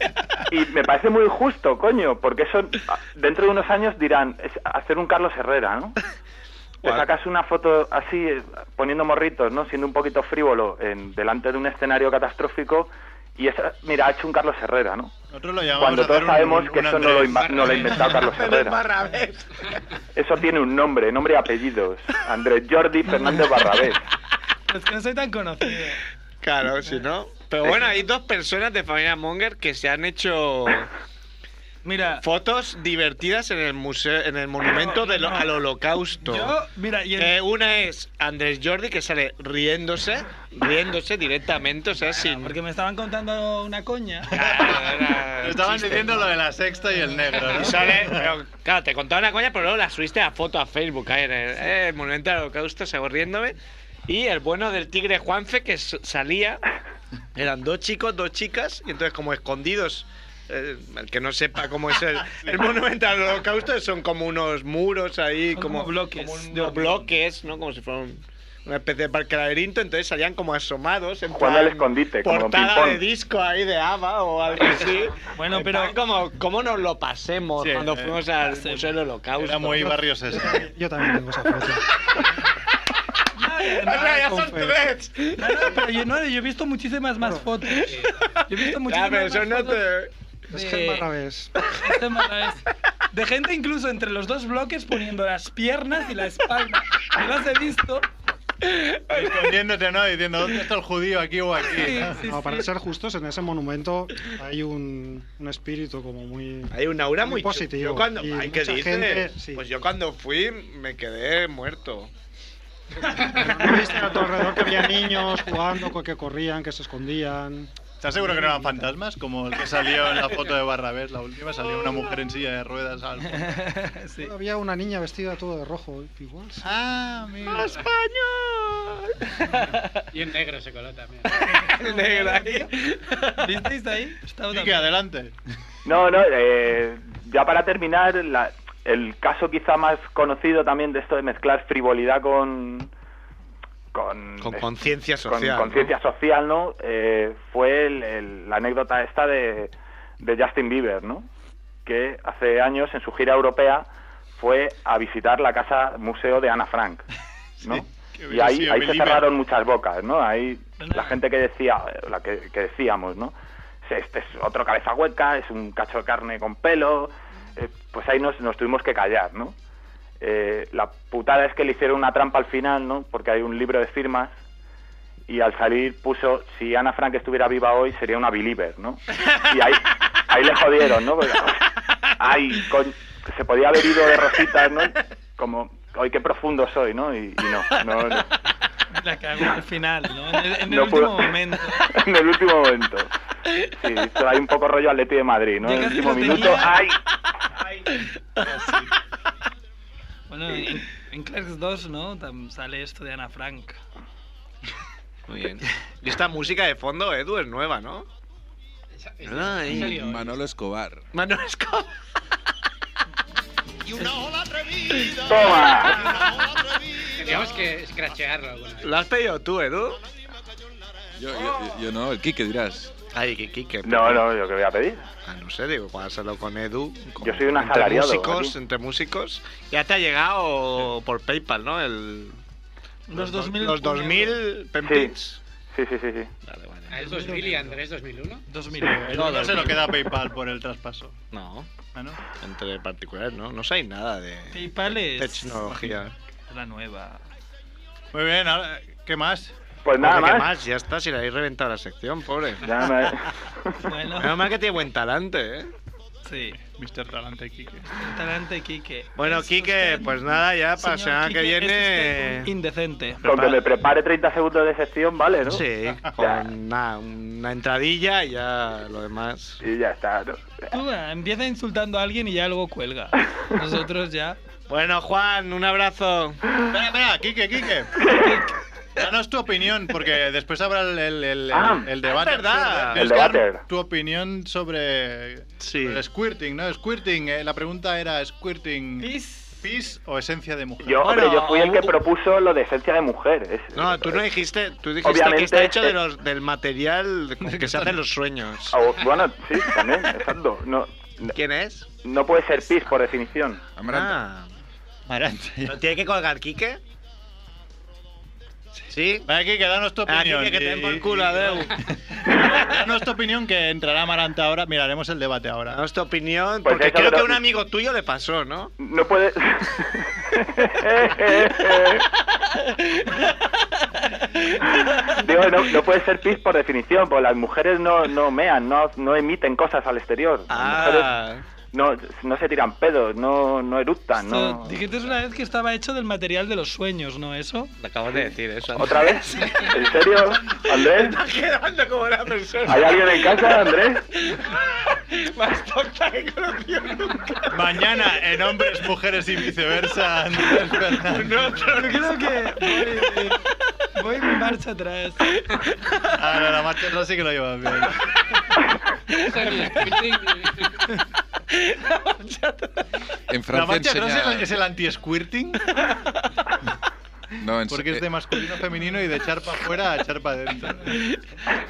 y me parece muy injusto, coño, porque eso a- dentro de unos años dirán, es hacer un Carlos Herrera, ¿no? Te Guau. sacas una foto así, eh, poniendo morritos, ¿no? Siendo un poquito frívolo en, delante de un escenario catastrófico y esa, mira, ha hecho un Carlos Herrera, ¿no? Nosotros lo llamamos Cuando hacer todos un- sabemos un que eso no lo, Andrés. inva- no lo ha inventado Carlos Herrera. Eso tiene un nombre, nombre y apellidos. Andrés Jordi Fernández Barrabés. Es que no soy tan conocido. Claro, si no. Pero bueno, hay dos personas de familia Monger que se han hecho Mira, fotos divertidas en el museo, en el monumento de lo- al holocausto. yo, mira, y en- Eh, una es Andrés Jordi que sale riéndose, riéndose directamente, o sea, sin. porque me estaban contando una coña. Claro, era un Estaban chiste. diciendo lo de la sexta y el negro, ¿no? Y sale, pero, claro, te contaba una coña, pero luego la subiste a foto a Facebook, ahí en el, eh, el monumento al holocausto, se riéndome. Y el bueno del tigre Juanfe que s- salía, eran dos chicos, dos chicas, y entonces como escondidos. eh, el que no sepa cómo es el, el monumento al holocausto son como unos muros ahí, Son como, como bloques. como unos bloques, ¿no? Como si fuera un- una especie de parque laberinto, entonces salían como asomados. En Jugando al plan escondite, este, como en Portada ping-pong. de disco ahí de ABBA o algo así. Bueno, En pero- plan como, ¿cómo nos lo pasemos Sí, cuando eh, fuimos al Museo del Holocausto? Era muy barrio sexta. Yo también tengo esa foto. Nadie, O sea, nada, ya con son fe. tres. No, no, pero yo, no, yo he visto muchísimas más fotos. Yo he visto Ya, muchísimas pero más eso no fotos te... Es de- que el Barrabés. Este mala es. De gente incluso entre los dos bloques poniendo las piernas y la espalda. Yo las he visto. Escondiéndote, ¿no? Diciendo, ¿dónde está el judío aquí ¿Eh? o aquí? Sí, ¿no? sí, No, para sí. ser justos, en ese monumento hay un, un espíritu como muy. Hay un aura muy, Muy chula. positivo. Yo cuando, Y ay, ¿qué mucha dices? gente, sí. Pues yo cuando fui me quedé muerto. ¿No viste a tu alrededor que había niños jugando, co- que corrían, que se escondían? ¿Estás seguro que no eran fantasmas? Como el que salió en la foto de Barrabés, la última, salió una mujer en silla de ruedas. Al fondo. Había una niña vestida todo de rojo, igual. sí. ¡Ah, mira! Y en negro se coló también. negro ahí. ¿Visteis ahí? Estaba Quique, adelante. No, no, eh, ya para terminar, la- el caso quizá más conocido también de esto de mezclar frivolidad con... Con Con conciencia Eh, con social. conciencia social, ¿no? Eh, fue el- el- la anécdota esta de, de Justin Bieber, ¿no? Que hace años en su gira europea fue a visitar la casa museo de Ana Frank, ¿no? y ahí, ahí se cerraron muchas bocas, ¿no? Ahí eh. la gente que decía, la que, que decíamos, ¿no? Este es otro cabeza hueca, es un cacho de carne con pelo, eh, pues ahí nos, nos tuvimos que callar, ¿no? Eh, la putada es que le hicieron una trampa al final, ¿no? Porque hay un libro de firmas y al salir puso, si Ana Frank estuviera viva hoy, sería una believer, ¿no? Y ahí, ahí le jodieron, ¿no? Porque, ay, coñ- se podía haber ido de rositas, ¿no? Como, ay, qué profundo soy, ¿no? Y, y no, no, no. La cagó al final, ¿no? En el, en el No puedo. último momento. en el último momento. Sí, esto hay un poco rollo Atleti de Madrid, ¿no? En el Llegaste y último lo minuto, tenía. ¡ay! Bueno, en, en Clerks 2, ¿no? Tam- sale esto de Ana Frank. Muy bien. Y esta música de fondo, Edu, es nueva, ¿no? Ay. Manolo Escobar. Manuel Ah, Escobar. ¡Toma! Teníamos que escrachearlo alguna vez. ¿Lo has pedido tú, Edu? Yo, yo- yo no, el Quique dirás. Ay, que Kike. No, no, yo que voy a pedir. Ah, no sé, digo, cuando hacerlo con Edu. con- Yo soy un entre asalariado, músicos, aquí. entre músicos. Ya te ha llegado por PayPal, ¿no? El, Los dos- 2000. Los 2000 pempits. Sí, sí, sí, sí. Vale, vale. Ah, ¿Es 2000 y Andrés 2001? 2000. El uno se lo queda PayPal por el traspaso. No, Ah, ¿no? entre particulares, ¿no? No sé nada de PayPal es tecnología. Pues la nueva. Muy bien, ahora, ¿qué más? Pues nada Porque, ¿qué más. Ya está, si le habéis reventado la sección, pobre. Ya me- Bueno, Menos mal que tiene buen talante, ¿eh? sí. Mr. Talante Quique. Talante Quique. Bueno, Es Quique, usted- pues nada, ya para la señor semana que Quique, es viene. usted un Indecente. Con que me prepare 30 segundos de sección, ¿vale, no? Sí, con una, una entradilla y ya lo demás. Y ya está, ¿no? Tú ah, empieza insultando a alguien y ya luego cuelga. Nosotros ya. Bueno, Juan, un abrazo. Espera, espera, Quique, Quique. Danos tu opinión, porque después habrá el, el, el- Ah, el debate. es verdad. El Tienes que dar debate. Tu opinión sobre Sí. el squirting, ¿no? Squirting, eh, la pregunta era squirting. Pis. ¿Pis o esencia de mujer? Yo, hombre, Bueno, yo fui el que u- propuso lo de esencia de mujer. es- No, tú no es- dijiste, tú dijiste que Obviamente, está hecho de eh, los, del material con que se hacen los sueños. Ah, Bueno, sí, también, exacto. No, no- ¿Quién es? no puede ser pis por definición. Amaranta. Ah. ¿Lo tiene que colgar Quique? ¿Sí? Vale, Quique, danos tu Ah, opinión. Quique, que te den y- por y- Pues culo, y- Adeu. Danos tu opinión que entrará Maranta ahora. Miraremos el debate ahora. Danos tu opinión, Pues porque eso creo creo- que a un amigo tuyo le pasó, ¿no? No puede. Digo, no, no puede ser pis por definición, porque las mujeres no, no mean, no, no emiten cosas al exterior. Las Ah, mujeres no, no se tiran pedos, no, no eructan, no. Esto- Dijiste una vez que estaba hecho del material de los sueños, ¿no? Eso. te acabas de decir eso. ¿Otra vez? ¿En serio? ¿Andrés? quedando como la persona. ¿Hay alguien en casa, Andrés? Más tonta que he conocido nunca. Mañana en Hombres, Mujeres y Viceversa, Andrés Fernández. Creo que voy, voy marcha atrás. Ah, no, la marcha no sí que lo llevas bien. Eso ni squirting ni- En La Francia marcha no enseña... es el anti-squirting, No, ense- porque es de masculino a femenino y de charpa afuera a charpa adentro.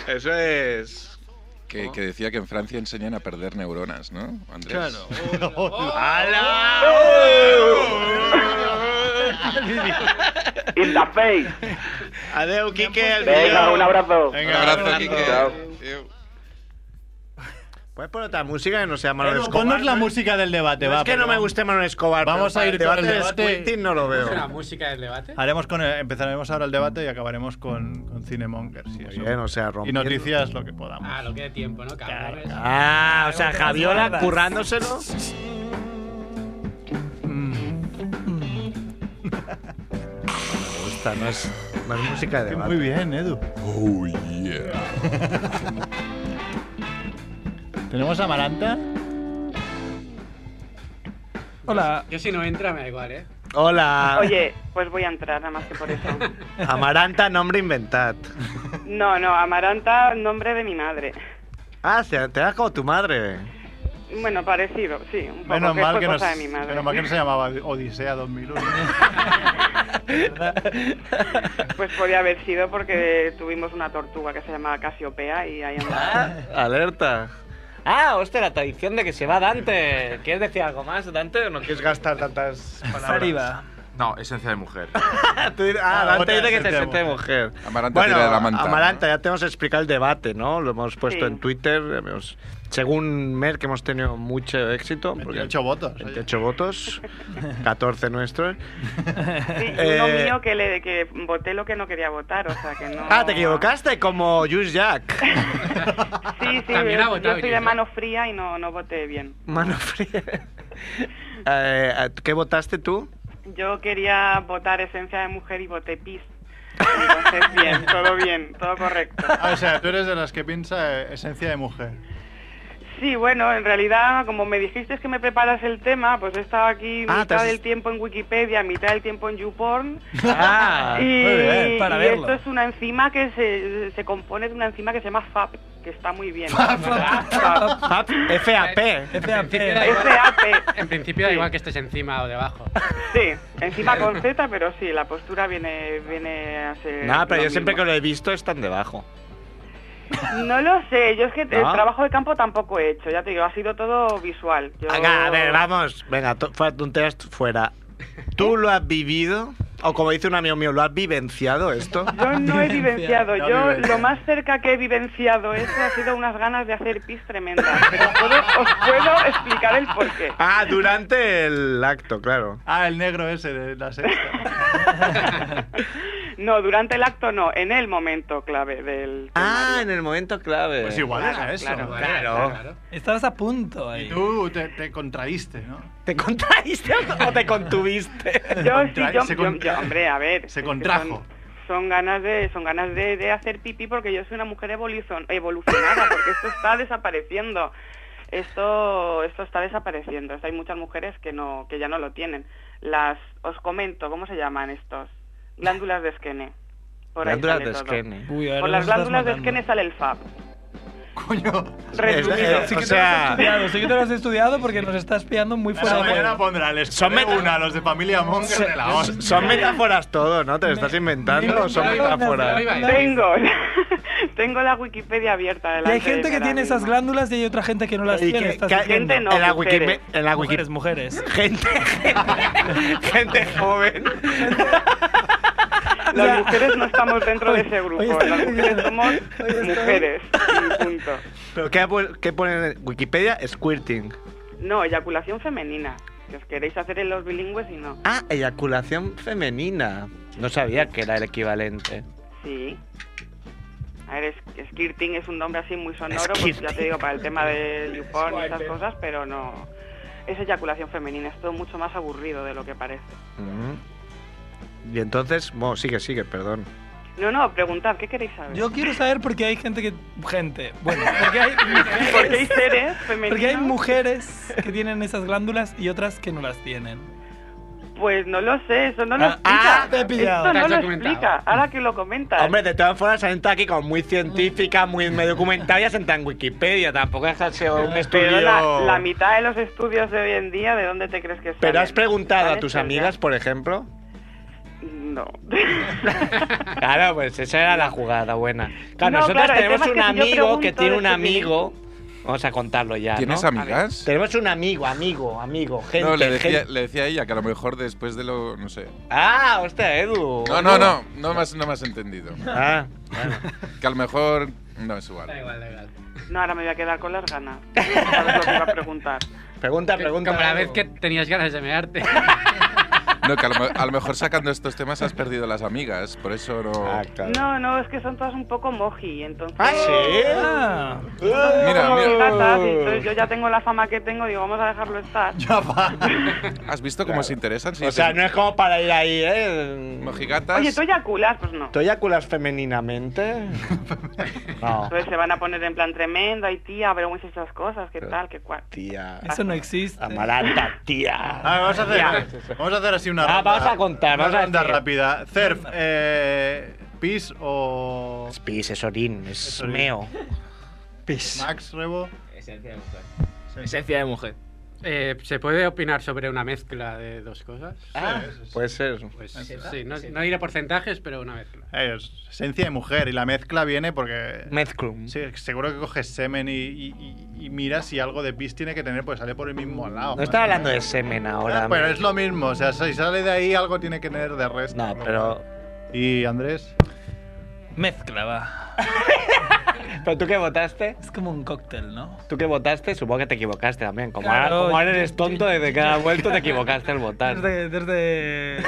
Eso es. eh, que, que decía que en Francia enseñan a perder neuronas, ¿no, Andrés? Claro. In the face. Adeu, Quique, el Venga, video. un abrazo. Un Venga, abrazo, abrazo. Quique. Chao. Adiós. ¿Puedes poner otra música que no sea Manuel Edu, Escobar? ponnos la ¿no? música del debate, No va. es que no pero me guste Manuel Escobar. Vamos pero a ir para el con el debate. de debate. Squinting no lo ¿Es una veo. música del debate? Haremos con el- empezaremos ahora el debate y acabaremos con, con Cinemongers y eso. Bien, o sea, y rompiendo. noticias lo que podamos. Ah, lo que de tiempo, ¿no? Cabrón. Ah, o sea, Javiola currándoselo. Mm. fiesta, no es, no es música de Que debate. Muy bien, Edu. Oh, yeah. ¿Tenemos a Amaranta? Hola. Yo si no entra me da igual, ¿eh? Ah. Hola. Oye, pues voy a entrar, nada más que por eso. Amaranta, nombre inventad. No, no, Amaranta, nombre de mi madre. Ah, se- te das como tu madre. Bueno, parecido, sí, un poco Menos que mal fue que, no, cosa se- de mi madre. menos mal que no se llamaba Odisea 2001. Pues podía haber sido porque tuvimos una tortuga que se llamaba Casiopea y ahí andaba. Alerta. Ah, hostia, la tradición de que se va Dante. ¿Quieres decir algo más, Dante, o no quieres gastar tantas palabras? Arriba. No, esencia de mujer. Tú dir- ah, Ah, Dante otra dice que esencia se de siente mujer. Amaranta bueno, tira de la manta, Amaranta, ya te hemos explicado el debate, ¿no? Lo hemos Sí. puesto en Twitter. hemos- según Merck hemos tenido mucho éxito. 28 votos. 28 votos, 14 nuestros. Sí, y uno Eh, mío que, le, que voté lo que no quería votar, o sea que no... Ah, te equivocaste como Juice Jack. Sí, sí, También ha yo, votado yo soy yo, de ¿no? mano fría y no, no voté bien. Mano fría. Eh, ¿Qué votaste tú? Yo quería votar esencia de mujer y voté pis. Entonces, bien, todo bien, todo correcto. Ah, o sea, tú eres de las que piensa eh, esencia de mujer. Sí, bueno, en realidad, como me dijiste que me preparas el tema, pues he estado aquí Ah, te mitad has- del tiempo en Wikipedia, mitad del tiempo en YouPorn. Ah, y, muy bien, para y verlo. esto es una enzima que se, se compone de una enzima que se llama FAP, que está muy bien. FAP. FAP. En principio da igual- En principio da igual que estés encima o debajo. Sí, encima con Z, pero sí, la postura viene, viene a ser... Nada, pero Eh, lo yo siempre mismo. que lo he visto están debajo. No lo sé, yo es que ¿No? el trabajo de campo tampoco he hecho, ya te digo, ha sido todo visual. Yo- Venga, a ver, vamos. Venga, to- fuera tonterías fuera. ¿Tú lo has vivido? O como dice un amigo mío, ¿lo has vivenciado esto? Yo no he vivenciado, yo lo más cerca que he vivenciado eso ha sido unas ganas de hacer pis tremendas. Pero os puedo, os puedo explicar el porqué. Ah, durante el acto, claro. Ah, el negro ese de la sexta. No, durante el acto no, en el momento clave del... Ah, en el momento clave. Pues igual era eso. Estabas a punto ahí. Y tú te, te contraíste, ¿no? ¿Te contraíste o te contuviste? Yo sí, Contra- yo, se yo- contra- yo- hombre, a ver. Se es que contrajo. Son, son ganas de son ganas de, de hacer pipí porque yo soy una mujer evolucion- evolucionada, porque esto está desapareciendo. Esto esto está desapareciendo. Esto hay muchas mujeres que no que ya no lo tienen. Las os comento, ¿cómo se llaman estos? Glándulas de esquene. Por ahí Glándulas sale de todo. Skene. Uy, ahora Por nos las estás glándulas de matando. esquene sale el FAB. Resumido. Es- es- sí O que te lo sea- has estudiado, sí que te lo has estudiado porque nos estás pillando muy fuera de juego. pondrá, les Son pondré meta- una a los de familia Monger de la hostia. Son metáforas todo, ¿no? ¿Te lo estás inventando? o son no, no, metáforas. Tengo tengo la Wikipedia abierta Y delante hay gente de mí que ahora tiene esas mismo. glándulas y hay otra gente que no las ¿Y tiene. qué- estás qué- diciendo. gente no, En la Wiki- mujeres. en la Wiki- mujeres, mujeres. Gente, gente joven. Las mujeres no estamos dentro de ese grupo. Las mujeres somos mujeres. y punto. ¿Pero qué, apu- qué pone en Wikipedia? Squirting. No, eyaculación femenina. Que os queréis hacer en los bilingües y no. Ah, eyaculación femenina. No sabía que era el equivalente. Sí. A ver, es- skirting es un nombre así muy sonoro, pues ya te digo, para el tema del YouPorn y esas cosas, pero no. Es eyaculación femenina, es todo mucho más aburrido de lo que parece. Mm. Y entonces, mo, sigue, sigue, perdón. No, no, preguntad, ¿qué queréis saber? Yo quiero saber por qué hay gente que. Gente. Bueno, porque hay, ¿Por qué hay seres femeninos? porque hay mujeres que tienen esas glándulas y otras que no las tienen. Pues no lo sé, eso no lo Ah, explica. ah, te he pillado. Esto Te no has lo documentado. explica, ahora que lo comentas. Hombre, de todas formas, se entra aquí como muy científica, muy medio documentada y se entra en Wikipedia. Tampoco es que sea un estudio. Pero la, la mitad de los estudios de hoy en día, ¿de dónde te crees que salen? Pero has preguntado a ¿Salen tus estos ya? amigas, por ejemplo. No. Claro, pues esa era la jugada buena. Claro, No, nosotros claro, el tenemos tema es un que si yo amigo que pregunto tiene de un este amigo. Vamos a contarlo ya. ¿Tienes ¿no? amigas? A ver, Tenemos un amigo, amigo, amigo, gente. no, le decía, gente. le decía a ella que a lo mejor después de lo. No sé. Ah, hostia, Edu. No, no, no, no me has, no me has entendido. Ah, Que a lo mejor. No es igual. No, ahora me voy a quedar con las ganas. ¿Sabes lo que iba a preguntar? Pregunta, pregunta. Como la vez que tenías ganas de mearte. No, que a lo, me- a lo mejor sacando estos temas has perdido las amigas, por eso no. Ah, No, no, es que son todas un poco moji, entonces... Ah, ¿sí? Ah. Mira, Como mira. gatas, y entonces yo ya tengo la fama que tengo, digo, vamos a dejarlo estar. ¿Has visto cómo se interesan? Sí, O sea, te- no es como para ir ahí, ¿eh? Mojigatas. Oye, ¿tú eyaculas? Pues no. ¿Tú eyaculas femeninamente? no, Entonces se van a poner en plan tremendo, ay tía, vergüenza esas cosas, qué tal, qué cual. tía. Eso no existe. Amaranta, tía. A ver, vamos a hacer, vamos a hacer así una Ah, ronda. vamos a contar, una vamos a ronda decir. rápida. Cerf, eh, pis o Es pis, es orín, es, Es orín. meo. Pis. Max Rebo. Esencia de mujer. Esencia de mujer. Eh, ¿Se puede opinar sobre una mezcla de dos cosas? Ah, puede ser. Pues, sí, no, no diré porcentajes, pero una mezcla. Eh, es esencia de mujer y la mezcla viene porque Mezclum. sí, seguro que coges semen y, y- y- y miras si algo de pis tiene que tener pues sale por el mismo lado. No estaba hablando de semen ahora. Ah, Pero es lo mismo, o sea, si sale de ahí algo tiene que tener de resto. No, pero... ¿Y Andrés? Mezcla, va. ¿Pero tú qué votaste? Es como un cóctel, ¿no? ¿Tú qué votaste? Supongo que te equivocaste también. Como, Claro, ahora, como ahora yo- eres tonto, desde que has vuelto te equivocaste al votar. Desde. desde...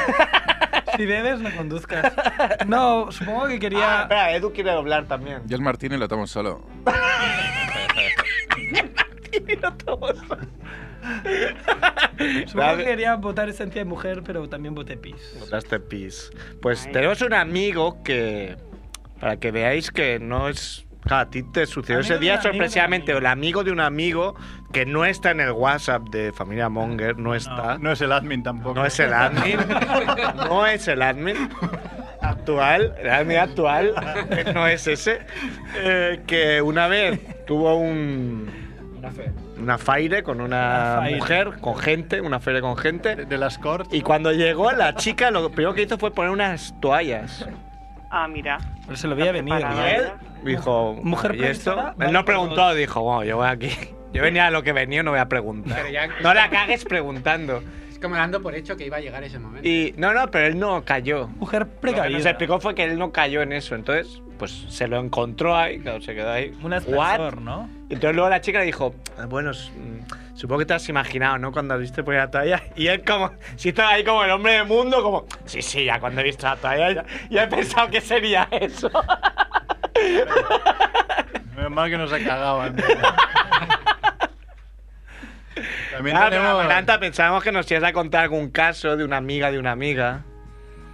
si bebes, no conduzcas. No, supongo que quería. espera, Edu quiere doblar también. Yo el martini lo tomo solo. Supongo que quería votar esencia de mujer, pero también voté pis. Votaste pis. Pues tenemos un amigo que. Para que veáis que no es. Ja, a ti te sucedió Amigo ese de un día amigo de un sorpresivamente. O el amigo de un amigo que no está en el WhatsApp de Familia Monger, no está. No es el admin tampoco. No es el admin. No es el admin actual. El admin actual no es ese. eh, que una vez tuvo un. Una fe. Una faire con una, Una faire. mujer, con gente, una faire con gente. De las cortes. Y cuando llegó la chica, lo primero que hizo fue poner unas toallas. Ah, mira. Pero se lo veía venir. Preparado, ¿no? Y él dijo, Mujer ¿y esto? previsora, Él vale no por preguntó, dijo, bueno, yo voy aquí. Yo venía a lo que venía, no voy a preguntar. Pero ya- No la cagues preguntando. Es como dando por hecho que iba a llegar ese momento. Y no, no, pero él no cayó. Mujer Lo que precavida. nos explicó fue que él no cayó en eso. Entonces, pues se lo encontró ahí, claro, se quedó ahí. Un What? ascensor, ¿no? Entonces luego la chica le dijo, "Ah, bueno, s- mm, supongo que te has imaginado, ¿no? Cuando viste por la toalla. Y él como, si estaba ahí como el hombre del mundo, como, sí, sí, ya cuando he visto la toalla, ya, ya he pensado que sería eso. Menos mal que no se ha cagado antes. También Claro, pero tenemos... Amaranta, pensábamos que nos ibas a contar algún caso de una amiga de una amiga.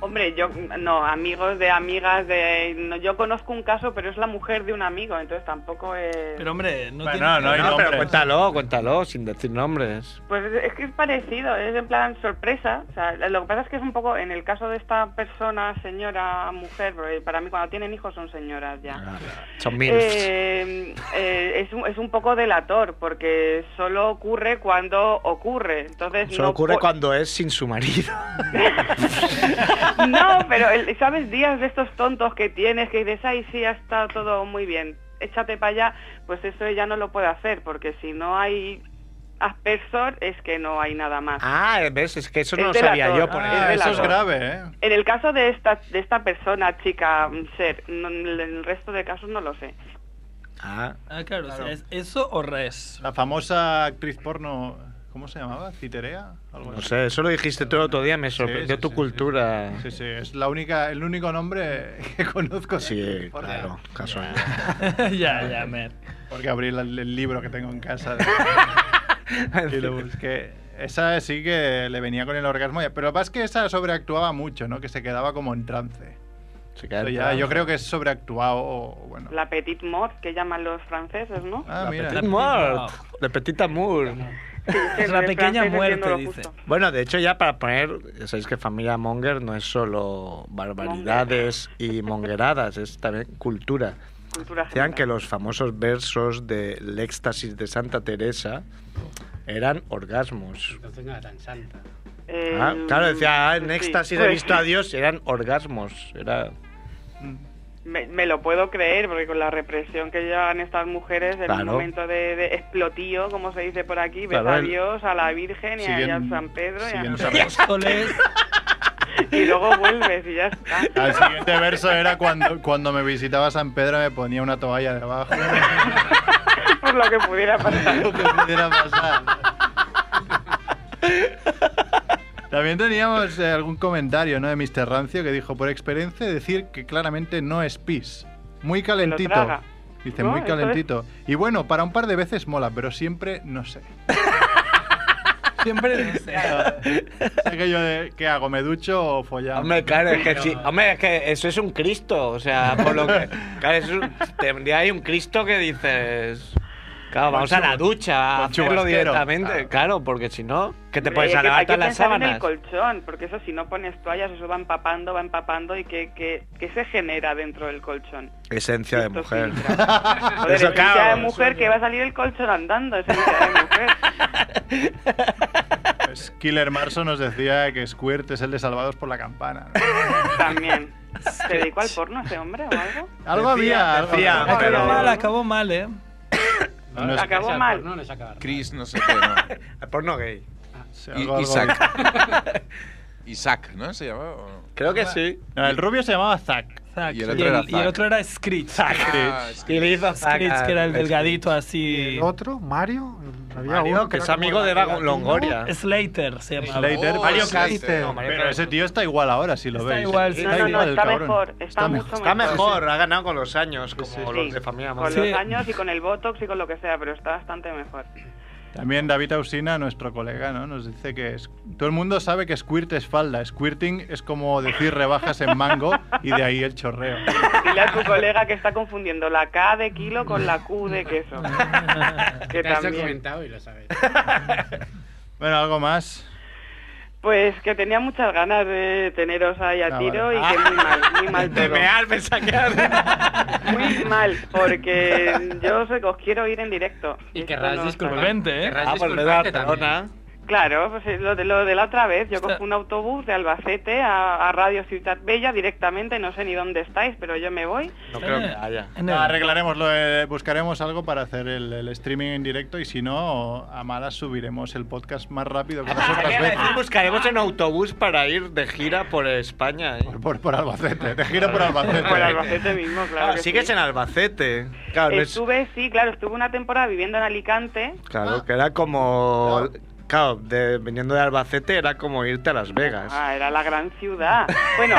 Hombre, yo, no, amigos de amigas de... no, yo conozco un caso, pero es la mujer de un amigo, entonces tampoco es... Pero hombre, no Bueno, tiene. no, no hay No, pero nombres. cuéntalo, cuéntalo, sin decir nombres. Pues es- es que es parecido, es en plan sorpresa. O sea, lo que pasa es que es un poco, en el caso de esta persona, señora, mujer, porque para mí cuando tienen hijos son señoras ya. Ah, Son mil. Eh, eh, es, un, es un poco delator, porque solo ocurre cuando ocurre. Entonces no Solo pues- ocurre po- cuando es sin su marido. No, pero el- ¿sabes días de estos tontos que tienes que dices, ay, sí, ha estado todo muy bien, échate para allá? Pues eso ella no lo puede hacer, porque si no hay aspersor es que no hay nada más. Ah, ves, es que eso no lo Es sabía delator. yo. Por Ah, ejemplo. Ah, eso es Velator. grave, ¿eh? En el caso de esta, de esta persona, chica, mm, ser, no- en el resto de casos no lo sé. Ah. Ah, claro, o sea, ¿es eso o res. La famosa actriz porno, ¿cómo se llamaba? ¿Citerea? Algo No así. sé, eso lo dijiste tú el otro día, me sorprendió sí, tu sí, cultura. Sí, sí, es la única, el único nombre que conozco. de Sí, actriz porno. claro, casual. ya, ya, Mer. Porque abrí la- el, libro que tengo en casa y lo busqué. Esa sí que le venía con el orgasmo, ya, pero lo que pasa es que esa sobreactuaba mucho, ¿no? Que se quedaba como en trance. Se queda Eso el ya, programa. yo creo que es sobreactuado, o, bueno. La petite mort, que llaman los franceses, ¿no? Ah, La mira. Petit Mort, de Petit Amour. Sí, sí, la de pequeña franceses muerte, siendo lo dice. justo. Bueno, de hecho, ya para poner, ya sabéis que familia Monger no es solo barbaridades y mongeradas, es también cultura. Cultura Decían general. que los famosos versos del éxtasis de Santa Teresa eran orgasmos. Entonces no era tan santa. Eh, Ah, claro, decía, ah, en sí, éxtasis he pues, visto a Dios, y eran orgasmos. Era... Me, me lo puedo creer, porque con la represión que llevan estas mujeres en Claro. un momento de, de explotío, como se dice por aquí, ves Claro, a el- Dios, a la Virgen y a- y a Siguen- San Pedro, y, a- siguen sobre- Soles. y luego vuelves y ya está. Al siguiente verso era cuando, cuando me visitaba San Pedro me ponía una toalla debajo. Por lo que pudiera pasar. lo que pudiera pasar. También teníamos eh, algún comentario ¿no? de Mr. Rancio que dijo, por experiencia, decir que claramente no es pis. Muy calentito. traga. Dice, No, muy eso es. calentito. Y bueno, para un par de veces mola, pero siempre no sé. Siempre no sé. Es aquello de, ¿qué hago? ¿Me ducho o follamos? Hombre, claro, es que sí. Hombre, es que eso es un Cristo. O sea, por lo que. Claro, es un, tendría ahí un Cristo que dices. Claro, vamos a la ducha, a Con hacerlo chubasquero. directamente. Claro. porque si no, que te puedes Hay que- agarrar hay que todas las pensar en el sábanas. colchón, porque eso si no pones toallas, eso va empapando, va empapando y que, que, que se genera dentro del colchón. Esencia de mujer. Joder, Eso es hincha acaba. de mujer que va a salir el colchón andando, es hincha de mujer. Pues Killer Marso nos decía que Squirt es el de Salvados por la Campana. ¿no? También. ¿Se dedicó al porno ese hombre o algo? Algo había, algo Decía, había, acabó pero- Ah, mal, acabó mal, ¿eh? No es- Acabó Esa, mal. No les acaba. Chris, no sé qué, ¿no? Porno gay. sí, I- algo- algo había. Isaac. Isaac, ¿no? ¿Se llamaba? o no? Creo que sí. Ah. No, el rubio se llamaba Zack. Zack. Y el otro era y el Zack. otro era Screech. Ah, es que- Y le hizo zaca. Screech, que era el delgadito así. El otro, Mario. el- Había Mario, uno que es era como amigo de la- Dragon- Longoria. Slater se llamaba. Slater, Oh, Mario Slater. Kast. No, Mario Pero Kast. ese tío está igual ahora, si lo Pues Está veis. igual, sí. No, no, no, igual, está cabrón. mejor, está, mucho mejor. Está mejor, ha ganado con los años, como los de familia Con Sí. Monster. los años y con el botox y con lo que sea, pero está bastante mejor. También David Ausina, nuestro colega, ¿no? nos dice que es- todo el mundo sabe que squirt es falda. Squirting es como decir rebajas en mango y de ahí el chorreo. Dile a tu colega que está confundiendo la K de kilo con la Q de queso. Ah. que Te has también. documentado y lo sabes. Bueno, algo más. Pues que tenía muchas ganas de teneros ahí a Ah, tiro vale. y que muy mal, muy mal De todo. mear, me saquear. Muy mal, porque yo sé que os quiero ir en directo. Y Esto querrás no está disculpar- bien. Vente, ¿eh? querrás Ah, pues me da disculparte también. perdona. Claro, pues eh, lo de, lo de la otra vez. Yo Está- cogí un autobús de Albacete a, a Radio Ciudad Bella directamente, no sé ni dónde estáis, pero yo me voy. No creo que haya. En No, el- arreglaremos, lo de- buscaremos algo para hacer el, el streaming en directo y si no, a malas subiremos el podcast más rápido que las otras veces. Buscaremos un autobús para ir de gira por España. ¿eh? Por, por Albacete, te giro por Albacete. Por Albacete mismo, claro. Ah, que sigues sí. en Albacete. Claro, no es- Estuve, sí, claro, estuve una temporada viviendo en Alicante. claro Ah. que era como. Claro, de- viniendo de Albacete era como irte a Las Vegas. Ah, era la gran ciudad. Bueno,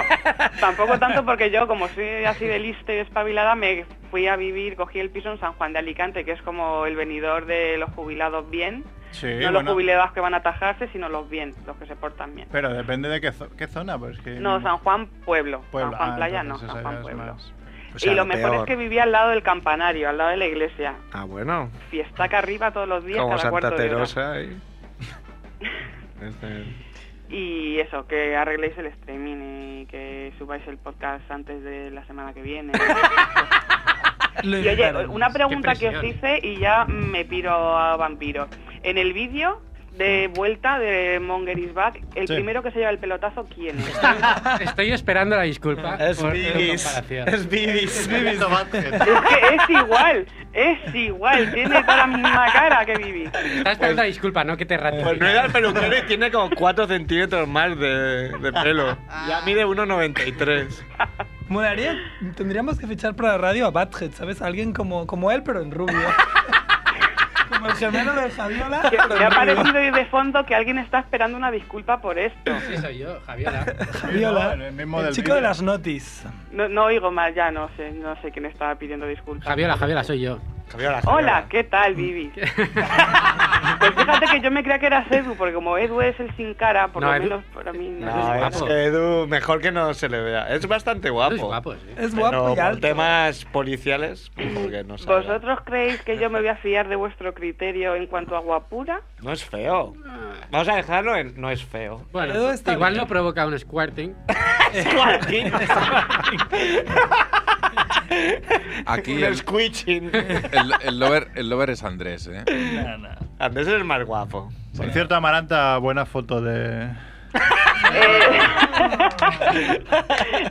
tampoco tanto porque yo, como soy así de lista y espabilada, me fui a vivir, cogí el piso en San Juan de Alicante, que es como el venidor de los jubilados bien. Sí, no los bueno, jubilados que van a atajarse, sino los bien, los que se portan bien. Pero depende de qué, zo- qué zona. Pues que No, San Juan Pueblo. Puebla. San Juan Ah, Playa no, entonces San esa ya Juan es Pueblo. más. O sea, y lo mejor peor. es que vivía al lado del campanario, al lado de la iglesia. Ah, bueno. Fiestaca arriba todos los días, Como cada Santa cuarto de hora. Terosa. y- Este- Y eso, que arregléis el streaming y que subáis el podcast antes de la semana que viene. lo y oye, intentaremos. una pregunta Qué que os hice y ya me piro a vampiro. En el vídeo de vuelta de Monger is Back, el Sí. primero que se lleva el pelotazo, ¿quién es? Estoy esperando la disculpa. Es por tu Bibis. comparación. Es Bibis. Viviendo Badhead. es que es igual, es igual, tiene toda la misma cara que Vivi. Estás esperando la disculpa, no que te ratifique. Pues no era el peluquero y tiene como 4 centímetros más de, de pelo. Ya mide 1,93. Molaría, tendríamos que fichar para la radio a Badhead, ¿sabes? Alguien como, como él, pero en rubio. como el gemelo de Javiola, Que pero me ha en rubio. parecido ir de fondo que alguien está esperando una disculpa por esto. Sí, soy yo, Javiola. Javiola, No, el mismo el del chico vídeo. de las notis. No, no oigo más, ya no sé, no sé quién estaba pidiendo disculpas. Javiola, Javiola, soy yo. Javiola, Hola, Javiola. ¿qué tal, Vivi? pues fíjate que yo me creía que eras Edu, porque como Edu es el sin cara, por No, lo Edu- menos para mí no, Es No, es guapo. que Edu, mejor que no se le vea. Es bastante guapo. Eres guapo, sí. Es guapo Pero y por alto. temas policiales, porque no sabe. ¿Vosotros creéis que yo me voy a fiar de vuestro criterio en cuanto a guapura? No es feo. Vamos a dejarlo en no es feo. Edu Bueno, está igual bien. no provoca un squirting. Aquí Un el, squitching. el, el lover, el lover es Andrés, ¿eh? No, no. Andrés es el más guapo. Por cierto, Amaranta, buena foto de...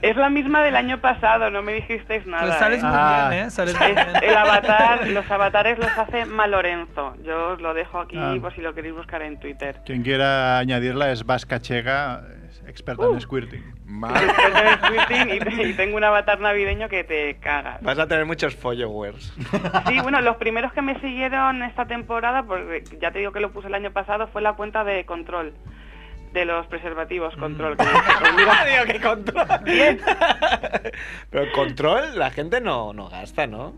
es la misma del año pasado, no me dijisteis nada. Pero sales ¿eh? muy Ah. bien, ¿eh? Sales muy bien. Es- el avatar, los avatares los hace Malorenzo. Yo os lo dejo aquí Ah. por si lo queréis buscar en Twitter. Quien quiera añadirla es Vasca Chega, es experta Uh. en squirting. Mal. Yo soy Squirting y, y tengo un avatar navideño que te cagas. Vas a tener muchos followers. Sí, bueno, los primeros que me siguieron esta temporada, porque ya te digo que lo puse el año pasado, fue la cuenta de control. de los preservativos control. Digo, ¿qué control? Pero el control la gente no, no gasta, ¿no?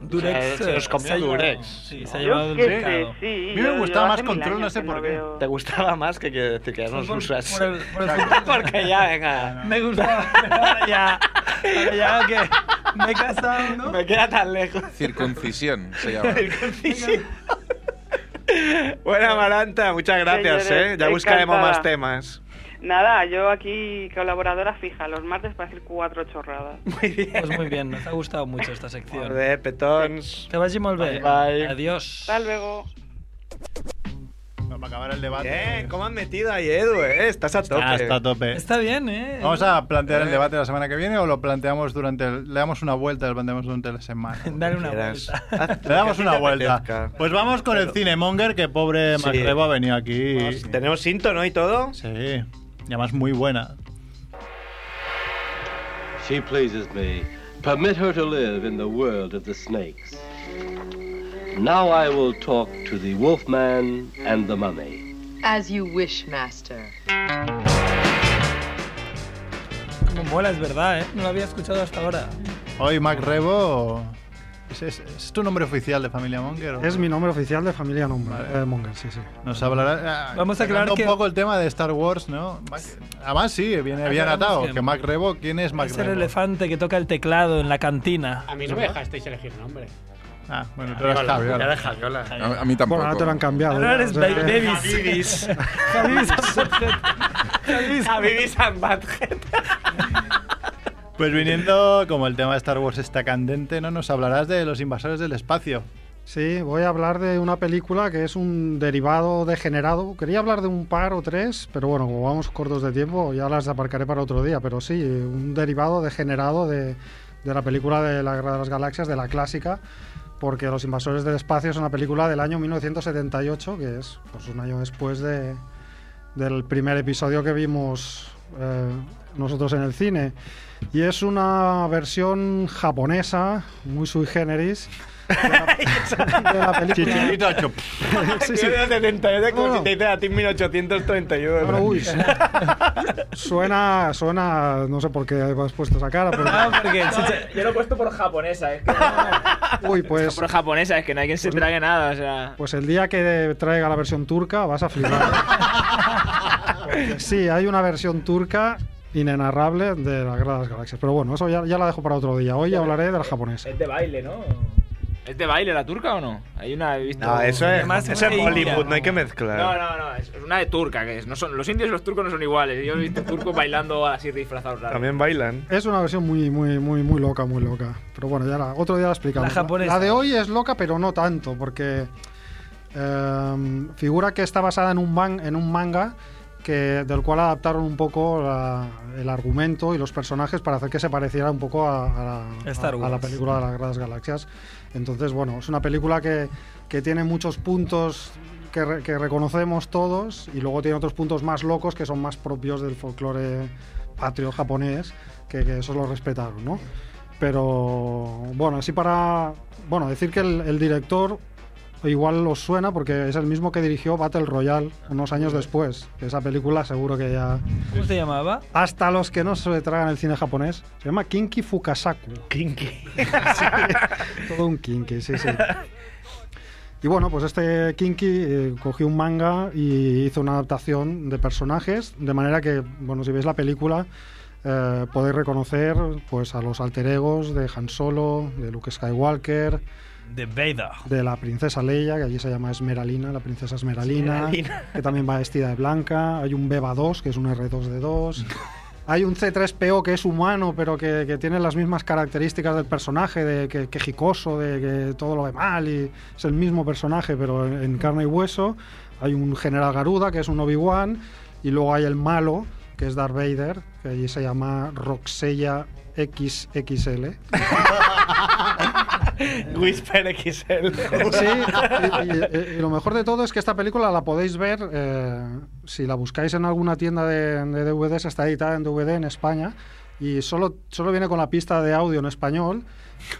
Durex, O sea, se los eh, comió se ha llevado- Durex. sí, ¿no? se ha llevado del Yo qué sé, mercado. sí, A mí me yo- gustaba yo hace más mil Control, no años sé que por no qué. ¿Te gustaba más que quiero decir que ya no los Por- usas? por el- por el Porque ya, venga. Me gustaba, pero ahora ya, ahora ya que me he casado, ¿no? Me queda tan lejos. Circuncisión se llama. Buena, Amaranta, muchas gracias, Señores, ¿eh? Ya buscaremos encantada. más temas. Nada, yo aquí colaboradora fija los martes para decir cuatro chorradas. Pues muy bien, nos ha gustado mucho esta sección. Joder, petons. Te vas y volver. Bye. Adiós. Hasta luego. Para acabar el debate. Eh, ¿Cómo has metido ahí, Edu? eh? Estás a tope. Ah, está a tope. Está bien, ¿eh? ¿Vamos a plantear el debate la semana que viene o lo planteamos durante. el- le damos una vuelta, lo planteamos durante la semana? Dale una vuelta. Le damos una te vuelta. apetezca. Pues vamos con el cinemonger, que pobre Sí. Macrevo ha venido aquí. Tenemos cinto, ¿no? Y todo. Sí. Y además muy buena. She pleases me. Permit her to live in the world of the snakes. Now I will talk to the wolfman and the mummy. As you wish, master. Como mola, es verdad, ¿eh? No lo había escuchado hasta ahora. Hoy Macrevo. ¿Es, es, es tu nombre oficial de Familia Monger? o- Es mi nombre oficial de familia Nombre, eh, Monger, sí, sí. Nos hablará. ah, Vamos a aclarando aclarar que- un poco el tema de Star Wars, ¿no? Mac- Además, Ah, sí, viene bien Aclaramos atado. bien. Que Mac Rebo, ¿quién es Mac Es el Rebo? elefante que toca el teclado en la cantina. A mí no me dejasteis elegir nombre. Ah, bueno, tú eres Javiola, Javiola. eres Javiola. A- a mí tampoco. Bueno, ahora te lo han cambiado, Ahora ya, eres o sea Ba- que- Babies. Babies. Babies and Badhead. Pues viniendo, como el tema de Star Wars está candente, ¿no? Nos hablarás de los invasores del espacio. Sí, voy a hablar de una película que es un derivado degenerado. Quería hablar de un par o tres, pero bueno, como vamos cortos de tiempo, ya las aparcaré para otro día. Pero sí, un derivado degenerado de, de la película de la Guerra de las Galaxias, de la clásica, porque Los Invasores del Espacio es una película del año 1978, que es pues, un año después de, del primer episodio que vimos eh, nosotros en el cine. Y es una versión japonesa, muy sui generis, de la película. Chicharito ha hecho- Sí, sí. Yo de 78 como si te dice a ti 1831. uy, sí. Suena, suena, no sé por qué has puesto esa cara. pero- yo lo he puesto por japonesa, es que uy, pues, por japonesa, es que no hay quien se trague nada, o sea. pues el día que traiga la versión turca vas a flipar. Sí, hay una versión turca inenarrable de la Guerra de las Galaxias. Pero bueno, eso ya, ya la dejo para otro día. Hoy hablaré de la japonesa. Es de baile, ¿no? ¿Es de baile la turca o no? Hay una, he visto. No, eso es, Además, eso es una india. Bollywood, no hay que mezclar. No, no, no, es es una de turca, que es. No son, los indios y los turcos no son iguales. Yo he visto turcos bailando así disfrazados. raros. También bailan. Es una versión muy, muy, muy, muy loca, muy loca. Pero bueno, ya la- otro día la explicamos. La japonesa. de hoy es loca, pero no tanto, porque em, figura que está basada en un, man- en un manga que, del cual adaptaron un poco la- el argumento y los personajes para hacer que se pareciera un poco a, a la, Star a- a Wars. la película de las Grandes Galaxias. Entonces, bueno, es una película que, que tiene muchos puntos que, re- que reconocemos todos y luego tiene otros puntos más locos que son más propios del folclore patrio japonés, que, que eso lo respetaron, ¿no? Pero bueno, así para bueno, decir que el, el director igual os suena porque es el mismo que dirigió Battle Royale unos años después. que Esa película seguro que ya... ¿Cómo se llamaba? Hasta los que no se tragan el cine japonés. Se llama Kinki Fukasaku. Kinki. Todo un kinky, sí, sí. Y bueno, pues este Kinky eh, cogió un manga y hizo una adaptación de personajes, de manera que, bueno, si veis la película, eh, podéis reconocer pues, a los alter egos de Han Solo, de Luke Skywalker, The Vader. de la princesa Leia, que allí se llama Esmeralina, la princesa Esmeralina, Esmeralina. que también va vestida de blanca. Hay un Beba 2, que es un R2D2. Hay un C3PO que es humano, pero que, que tiene las mismas características del personaje, de que, quejicoso, de que todo lo ve mal, y es el mismo personaje, pero en, en carne y hueso. Hay un General Garuda, que es un Obi-Wan, y luego hay el malo, que es Darth Vader, que allí se llama Roxella XXL. Whisper XL. Sí, y, y- y Eh, lo mejor de todo es que esta película la podéis ver eh, si la buscáis en alguna tienda de, de DVDs, está editada en DVD en España y solo, solo viene con la pista de audio en español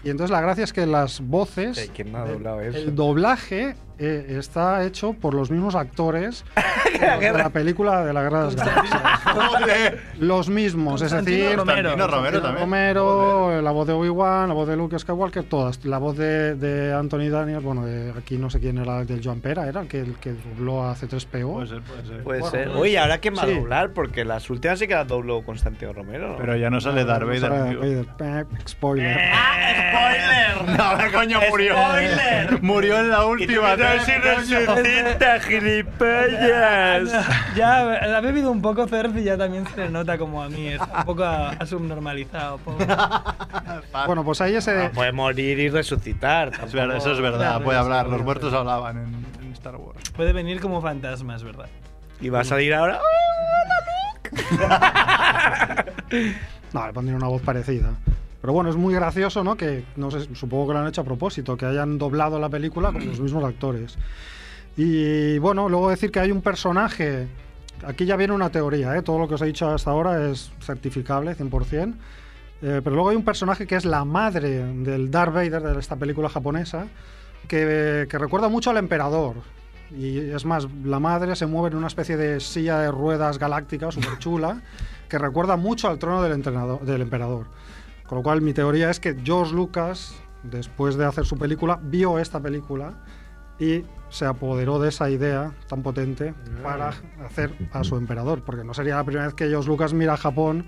Y entonces la gracia es que las voces. Sí, ¿quién no ha doblado el, eso? el doblaje eh, está hecho por los mismos actores de, los de la película de la Guerra de las Galaxias. los mismos, es decir. Constantino Romero. Romero también. Romero, la voz de Obi-Wan, la voz de Luke Skywalker, todas. La voz de, de Anthony Daniels, bueno, de- aquí no sé quién era, el del Joan Pera, era el que, el que dobló a C3PO. Puede ser, puede ser. Puede Bueno, ser. puede Oye, ser. habrá que más Sí. doblar porque las últimas sí que las dobló Constantino Romero. ¿no? Pero ya no sale Darth Vader. Ah, Darth Vader. Pep, Spoiler. Eh. ¡Spoiler! No, coño, murió. ¡Spoiler! Murió en la última. gilipollas! Ya, la he bebido un poco Cerf y ya también se le nota como a mí. Es un poco a, a subnormalizado. pobre. Bueno, pues ahí ese. Ah, Puede morir y resucitar. Es verdad, Eso es verdad, Ya, puede ya, hablar. ya, Los ya. muertos hablaban en, en Star Wars. Puede venir como fantasma, es verdad. Y va a salir ahora. No, le pondría una voz parecida. Pero bueno, es muy gracioso, ¿no? Que no sé, supongo que lo han hecho a propósito, que hayan doblado la película con Mm. los mismos actores. Y bueno, luego decir que hay un personaje. Aquí ya viene una teoría, ¿eh? Todo lo que os he dicho hasta ahora es certificable 100%. Eh, pero luego hay un personaje que es la madre del Darth Vader de esta película japonesa, que, que recuerda mucho al emperador. Y es más, la madre se mueve en una especie de silla de ruedas galáctica súper chula, que recuerda mucho al trono del, entrenador, del emperador. Con lo cual, mi teoría es que George Lucas, después de hacer su película, vio esta película y se apoderó de esa idea tan potente para hacer a su emperador. Porque no sería la primera vez que George Lucas mira a Japón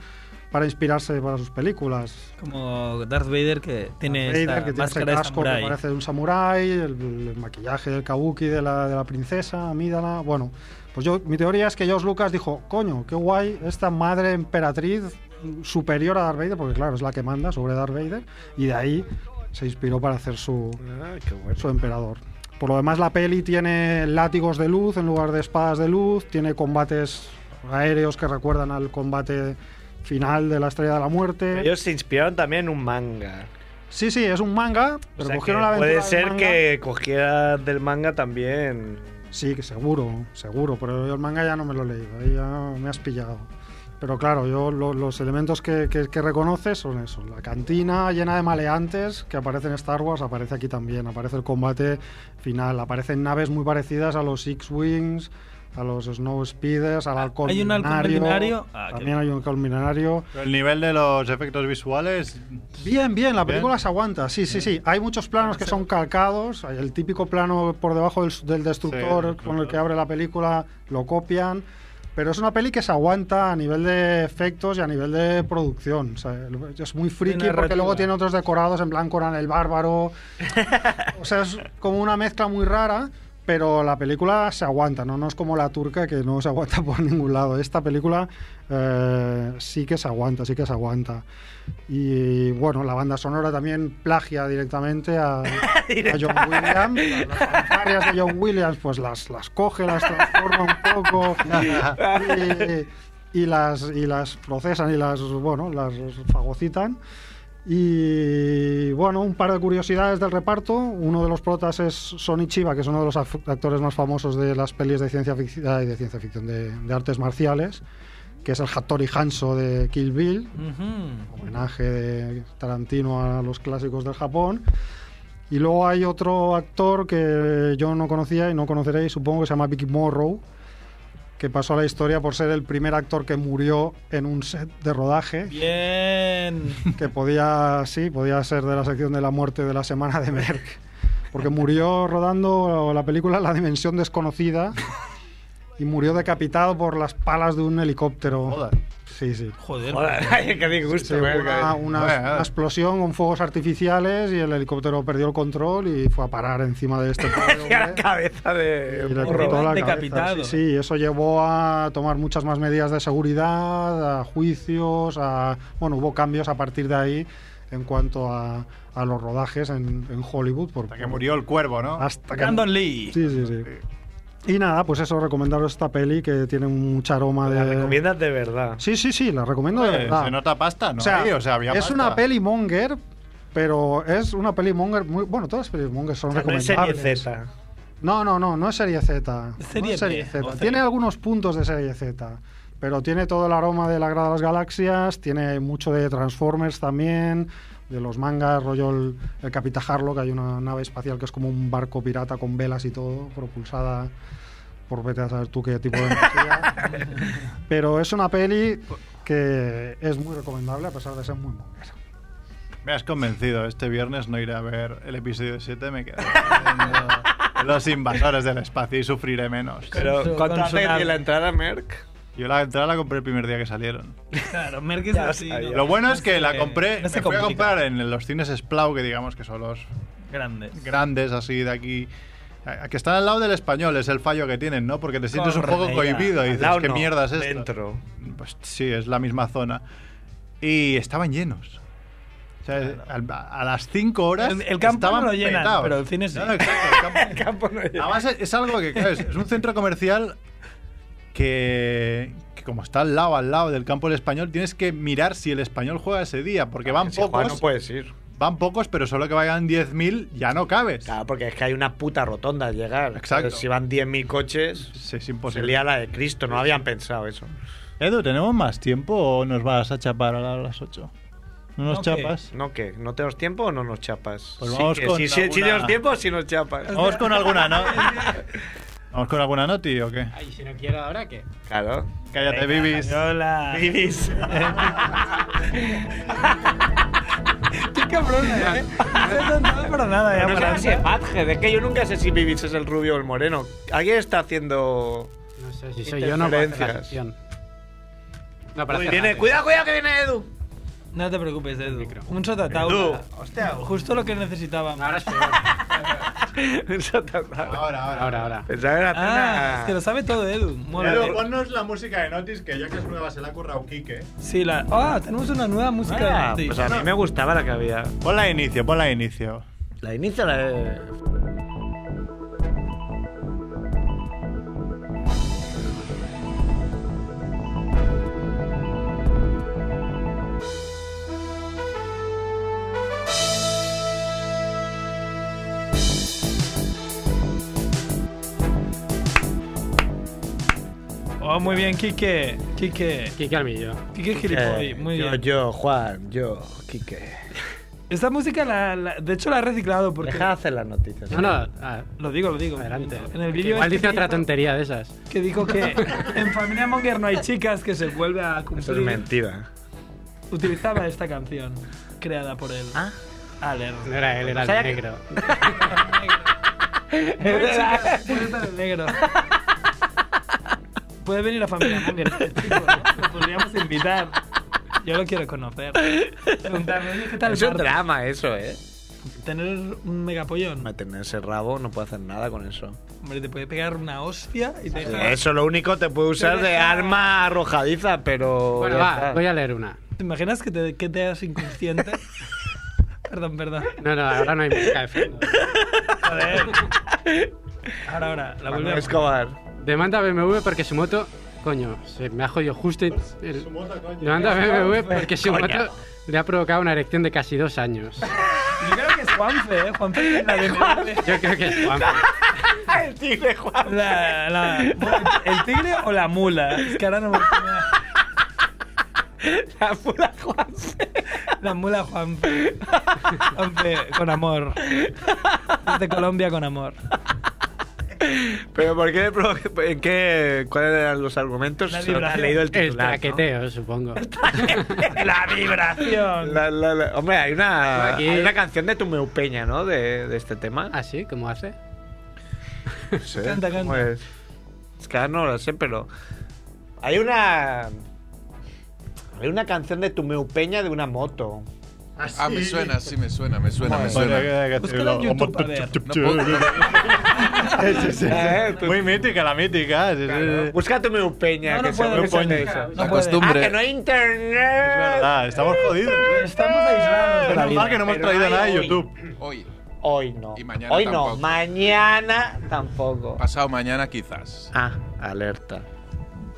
para inspirarse para sus películas. Como Darth Vader que tiene Vader, esta que tiene ese máscara de casco que samurái. parece de un samurái, el, el maquillaje del kabuki de la, de la princesa, Amidala. Bueno, pues yo, mi teoría es que George Lucas dijo: Coño, qué guay esta madre emperatriz superior a Darth Vader, porque claro, es la que manda sobre Darth Vader, y de ahí se inspiró para hacer su, su emperador. Por lo demás, la peli tiene látigos de luz en lugar de espadas de luz, tiene combates aéreos que recuerdan al combate final de la Estrella de la Muerte. Ellos se inspiraron también en un manga. Sí, sí, es un manga, O pero sea cogieron que la aventura puede del ser manga. que cogiera del manga también. Sí, que seguro, seguro, pero yo el manga ya no me lo he leído, ahí ya me has pillado. Pero claro, yo lo- los elementos que, que- que reconoces son eso, la cantina llena de maleantes que aparece en Star Wars, aparece aquí también, aparece el combate final, aparecen naves muy parecidas a los X-Wings, a los Snow Speeders, al halcón Ah, ¿hay un halcón milenario? Ah, qué también hay un halcón milenario. Pero el nivel de los efectos visuales. Bien, bien, la película se aguanta. Sí, sí, sí. Hay muchos planos que son calcados. Hay El típico plano por debajo del, del destructor con el que abre la película lo copian. Pero es una peli que se aguanta a nivel de efectos y a nivel de producción. O sea, es muy friki porque narrativa. luego tiene otros decorados en blanco, Conan el Bárbaro. O sea, es como una mezcla muy rara, pero la película se aguanta, ¿no? No es como la turca que no se aguanta por ningún lado. Esta película eh, sí que se aguanta, sí que se aguanta. Y bueno, la banda sonora también plagia directamente a, a John Williams. Las fanfarrias de John Williams, pues las, las coge, las transforma un poco. Y, y las, y las procesan y las, bueno, las fagocitan. Y bueno, un par de curiosidades del reparto. Uno de los protas es Sonny Chiba, que es uno de los af- actores más famosos de las pelis de ciencia ficción, ay, de, ciencia ficción de, de artes marciales, que es el Hattori Hanso de Kill Bill, Mm-hmm. homenaje de Tarantino a los clásicos del Japón. Y luego hay otro actor que yo no conocía y no conoceréis, supongo que se llama Vicky Morrow, que pasó a la historia por ser el primer actor que murió en un set de rodaje Bien. que podía, sí, podía ser de la sección de la muerte de la semana de Merck. Porque murió rodando la película La Dimensión Desconocida y murió decapitado por las palas de un helicóptero. Sí, sí. Joder. Joder, qué disgusto. Sí, verga. una, Ah, una- Bueno, una explosión con fuegos artificiales y el helicóptero perdió el control y fue a parar encima de este pobre Hacia la cabeza de. y le Morro. cortó la Decapitado. cabeza. Sí, sí, eso llevó a tomar muchas más medidas de seguridad, a juicios, a bueno, hubo cambios a partir de ahí en cuanto a, a los rodajes en, en Hollywood. Por, Hasta que murió el cuervo, ¿no? Hasta que- Brandon Lee. Sí, sí, sí. Y nada, pues eso, recomendaros esta peli que tiene mucho aroma de... Recomiendas de verdad. Sí, sí, sí, la recomiendo de Eh, verdad. se nota pasta, ¿no? O sea, Ahí, o sea, había es pasta. una peli monger, pero es una peli monger muy... Bueno, todas las pelis monger son O sea, no es serie recomendables. Z. No, no, no, no es serie Z. Serie no es serie B, Z. o serie- Tiene algunos puntos de serie Z, pero tiene todo el aroma de la Grada de las Galaxias, tiene mucho de Transformers también, de los mangas, rollo el, el Capitán Harlock, hay una nave espacial que es como un barco pirata con velas y todo, propulsada por vete a saber tú qué tipo de energía. Pero es una peli que es muy recomendable a pesar de ser muy monguera. Me has convencido. Este viernes no iré a ver el episodio 7, me quedaré viendo Los invasores del espacio y sufriré menos. Pero ¿cuánto y la entrada, Merck? Yo la entrada la compré el primer día que salieron. Claro, Merck es así. ¿no? Lo bueno es que la compré, No se me fui a complica. comprar en los cines Splau, que digamos que son los Grande. grandes así de aquí. a- a Que están al lado del español, es el fallo que tienen, ¿no? Porque te sientes un poco Correcto. cohibido y Al dices, lado ¿qué no, mierda es esto? dentro. Pues sí, es la misma zona. Y estaban llenos. O sea, al- a, las 5 horas El- el campo estaban no lo llenan, petados. pero el cine sí. No, no, exacto, el campo, Además, es, es algo que, claro, es, es un centro comercial que, que como está al lado, al lado del campo del español, tienes que mirar si el español juega ese día, porque van si pocos. juega no puedes ir. Van pocos, pero solo que vayan 10.000 ya no cabes. Claro, porque es que hay una puta rotonda al llegar. Exacto. Pero si van 10.000 coches, es imposible. sería la de Cristo, no habían pensado eso. Edu, ¿tenemos más tiempo o nos vas a chapar a las 8? ¿No nos chapas? ¿No qué? ¿No tenemos tiempo o no nos chapas? Pues Sí vamos que- con si, si- si alguna- tenemos tiempo, si nos chapas. Vamos con alguna, ¿no? ¿Vamos con alguna noti o qué? Ay, si no quiero ahora, ¿qué? Claro. Cállate, Venga, Bibis. Hola. Bibis. Qué cabrona, ¿eh? No, no, para nada, ya No para sé si es Badhead, es que yo nunca sé si Bibis es el rubio o el moreno. ¿Alguien está haciendo No sé si soy yo, no puedo hacer la Interferencias. sección. No, para Uy, hacer viene- nada. eh. cuidado, cuidado, que viene Edu. No te preocupes, Edu. Un sotatauro. Edu. Hostia, justo lo que necesitábamos. Ahora un sotatauro. Ahora, ahora. Ahora, ahora. Pensaba que era Ah, una- es que lo sabe todo Edu. Mola. Edu, ponnos la música de Notis, que ya que es nueva se la ha currado Quique. Sí, la. ¡Ah! tenemos una nueva música. Ah, Sí. pues a mí me gustaba la que había. Ponla de inicio, ponla de inicio. La inicia la de... Oh, muy bien, Kike. Kike. Quique Almillo. Kike Gilipolli. Muy yo, bien. yo, Juan, yo, Quique. Esta música, la, la- de hecho, la he reciclado porque. Deja de hacer las noticias. No, no, ah, Lo digo, lo digo. adelante. En el vídeo Igual este dice que otra hizo- tontería de esas. que dijo que en Familia Monger no hay chicas que se vuelve a cumplir. Eso es mentira. Utilizaba esta canción creada por él. Ah. Aler. No era él, era O sea, el que- negro. Puede ser el negro. Puede venir a Familia Monger. este chico, ¿no? Lo podríamos invitar. Yo lo quiero conocer. Preguntarle, oye, ¿qué tal? es un Marta? drama eso, ¿eh? Tener un megapollón. Mantener ese rabo no puede hacer nada con eso. Hombre, te puede pegar una hostia y te deja. Eso lo único te puede usar de arma arrojadiza, pero... Bueno, ya va, está. voy a leer una. ¿Te imaginas que te, que te das inconsciente? perdón, perdón. No, no, ahora no hay música de fondo. Joder. Ahora, ahora, la vuelve Manuel a Escobar. Demanda BMW porque su moto. Coño, se me ha jodido justo. y- el- Demanda BMW porque su Coño. moto le ha provocado una erección de casi dos años. Yo creo que es Juanfe, ¿eh? Juanfe es la de Yo creo que es Juan. El tigre Juan. la, la, ¿El tigre o la mula? Es que ahora no me La pura Juanfe. La mula Juanfe. Juanfe, con amor. Desde Colombia con amor. Pero ¿por qué? le provoca- en qué ¿Cuáles eran los argumentos? La Se lo has vibración. leído el El titular. ¿no? traqueteo, supongo. La vibración. La- la- la- Hombre, hay una, Aquí- hay una canción de Tumeu Peña, ¿no? De, de este tema. ¿Ah, sí? ¿Cómo hace? No sé, Canta, ¿cómo canta. Es? Es que ahora no lo sé, pero. Hay una. Hay una canción de Tumeu Peña de una moto. Ah, me suena, sí, me suena, me suena, me suena. Búscala en YouTube, a ver. No puedo- Sí, sí, Eh, sí. Muy mítica, la mítica. sí, sí, sí. Busca Tumeu Peña, No, no que seguro puedo. No que sale eso. puedo. La Ah, costumbre. que no hay internet. Ah, estamos jodidos. ¿eh? Estamos aislados de la Menos mal vida. que no hemos Pero traído hay nada de hoy. YouTube. Hoy, Hoy no. Y mañana Hoy no. tampoco. Mañana tampoco. pasado mañana quizás. Ah, alerta.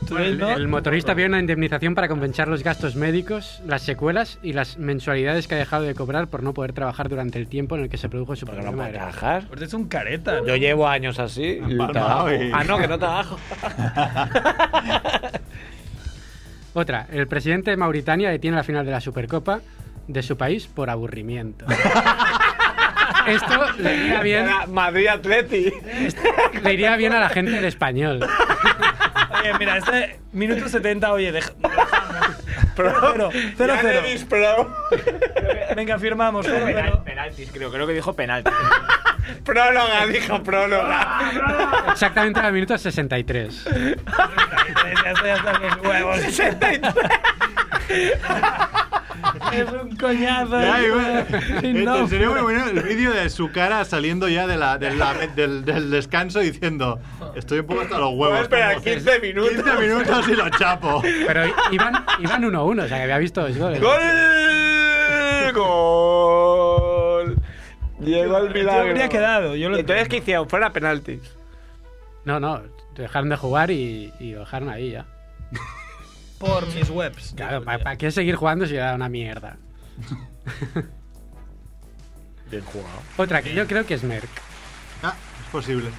¿Tú ves, El, no? el motorista vio una indemnización para compensar los gastos médicos, las secuelas y las mensualidades que ha dejado de cobrar por no poder trabajar durante el tiempo en el que se produjo su Porque no problema. puedo de erección. trabajar. Porque es un careta. Yo llevo años así. y Empalmado trabajo. y- Ah, no, que no trabajo. Otra, el presidente de Mauritania detiene la final de la Supercopa de su país por aburrimiento. Esto le iría bien. Madrid Atleti. Le iría bien a la gente del español. Oye, mira, este minuto 70, oye, deja. Pro, cero, cero, ya cero. le dis, pro. Venga, firmamos. cero, Penal- cero. penaltis, creo, creo que dijo penaltis. Próloga, dijo próloga. Exactamente al minuto 63. Ya estoy hasta los huevos. Es un coñazo. Ya, igual. Sí, Esto, no, sería muy fuera. bueno el vídeo de su cara saliendo ya de la, de la- del, del descanso diciendo estoy un poco hasta los huevos. Voy a esperar como, 15 minutos. 15 minutos y lo chapo. Pero iban iban 1-1, o sea que había visto dos goles. ¡Gol! ¡Gol! Llegó el milagro. habría quedado, yo lo Entonces, ¿qué hicieron? Fuera penaltis. No, no, dejaron de jugar y, y lo dejaron ahí ya. Por mis webs. Claro, ¿para, qué seguir jugando si era una mierda? Bien jugado. Otra que yo creo que es Merck. Ah, es posible.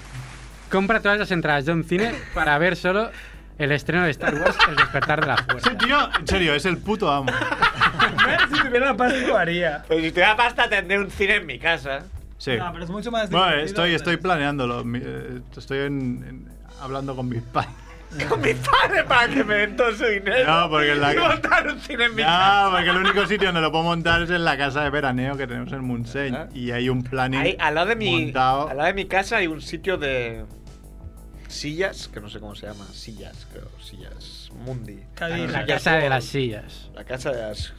Compra todas las entradas de un cine para ver solo el estreno de Star Wars, El despertar de la fuerza. Sí, tío, en serio, es el puto amo. Si tuviera la pasta, lo haría. Pues si te da pasta, tendré un cine en mi casa. Ah, Sí. No, Ah, pero es mucho más Bueno, divertido. estoy, estoy planeándolo. mi- eh, Estoy en- en- hablando con mis padres. Con mis padres para que me den todo su dinero. No, porque la- Y montar un cine en mi casa. No, porque el único sitio donde lo puedo montar es en la casa de veraneo que tenemos en Munseny. Y hay un planning Ahí, al, lado de mi, montado. al lado de mi casa hay un sitio de sillas, que no sé cómo se llama, sillas, creo, sillas, Mundi. Cadira. La casa de las sillas. La casa de las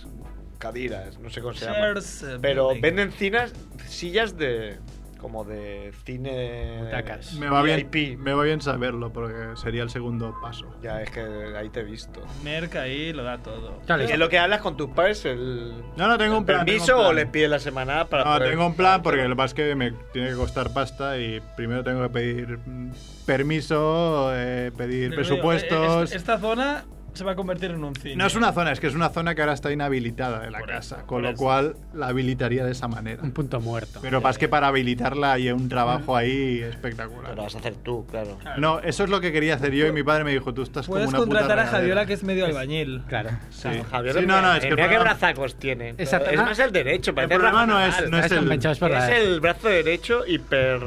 cadiras, no sé cómo se Shares, eh, llama. Pero building. venden cinas, sillas de como de cine Butacas. Me va, bien, VIP. me va bien saberlo porque sería el segundo paso. Ya, es que ahí te he visto. Merca ahí lo da todo. Claro, ¿Es lo que hablas con tus padres? El, No, no, tengo el un plan, permiso tengo un o plan. les pides la semana para.? No, poder- tengo un Ah, plan porque lo que pasa es que me tiene que costar pasta y primero tengo que pedir mm, permiso, eh, pedir Pero digo, eh, presupuestos. es- Esta zona se va a convertir en un cine. No es una zona, es que es una zona que ahora está inhabilitada de la Por casa, eso, con por lo eso. cual la habilitaría de esa manera. Un punto muerto. Pero pasa que para habilitarla hay un trabajo ahí espectacular. Pero lo vas a hacer tú, claro. No, eso es lo que quería hacer yo y mi padre me dijo, tú estás como Puedes una puta contratar a regadera". Javiola, que es medio albañil. Claro. Sí. Javier, Sí, no, no, es que el mira qué problema- ah, brazacos tiene. Esa es zona- más el derecho. el parece problema no Rafa es, Nadal. no es Están el... penchados por Es la- el brazo derecho hiper.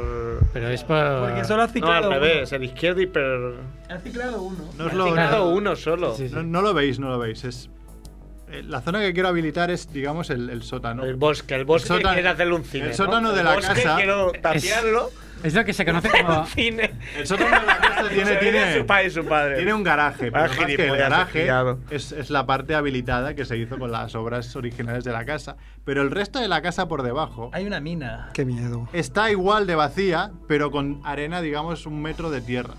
Pero es por... Porque solo ha No, ciclado al uno. revés, el izquierdo hiper. Ha ciclado uno. No os He lo- asignado uno solo. Sí, sí. No, no lo veis, no lo veis. Es, eh, la zona que quiero habilitar es, digamos, el, el sótano. El bosque, el bosque El sótano- quiere hacerle un cine. el sótano ¿no? de la El bosque casa- Quiero tapiarlo. Es lo que se conoce como... Cine. El sótano de la casa tiene, Se viene tiene- su padre, su padre. tiene un garaje. Pero Ah, más que el gilipollas, garaje pillado. es, es la parte habilitada que se hizo con las obras originales de la casa. Pero el resto de la casa por debajo Hay una mina. Qué miedo. está igual de vacía, pero con arena, digamos, un metro de tierra.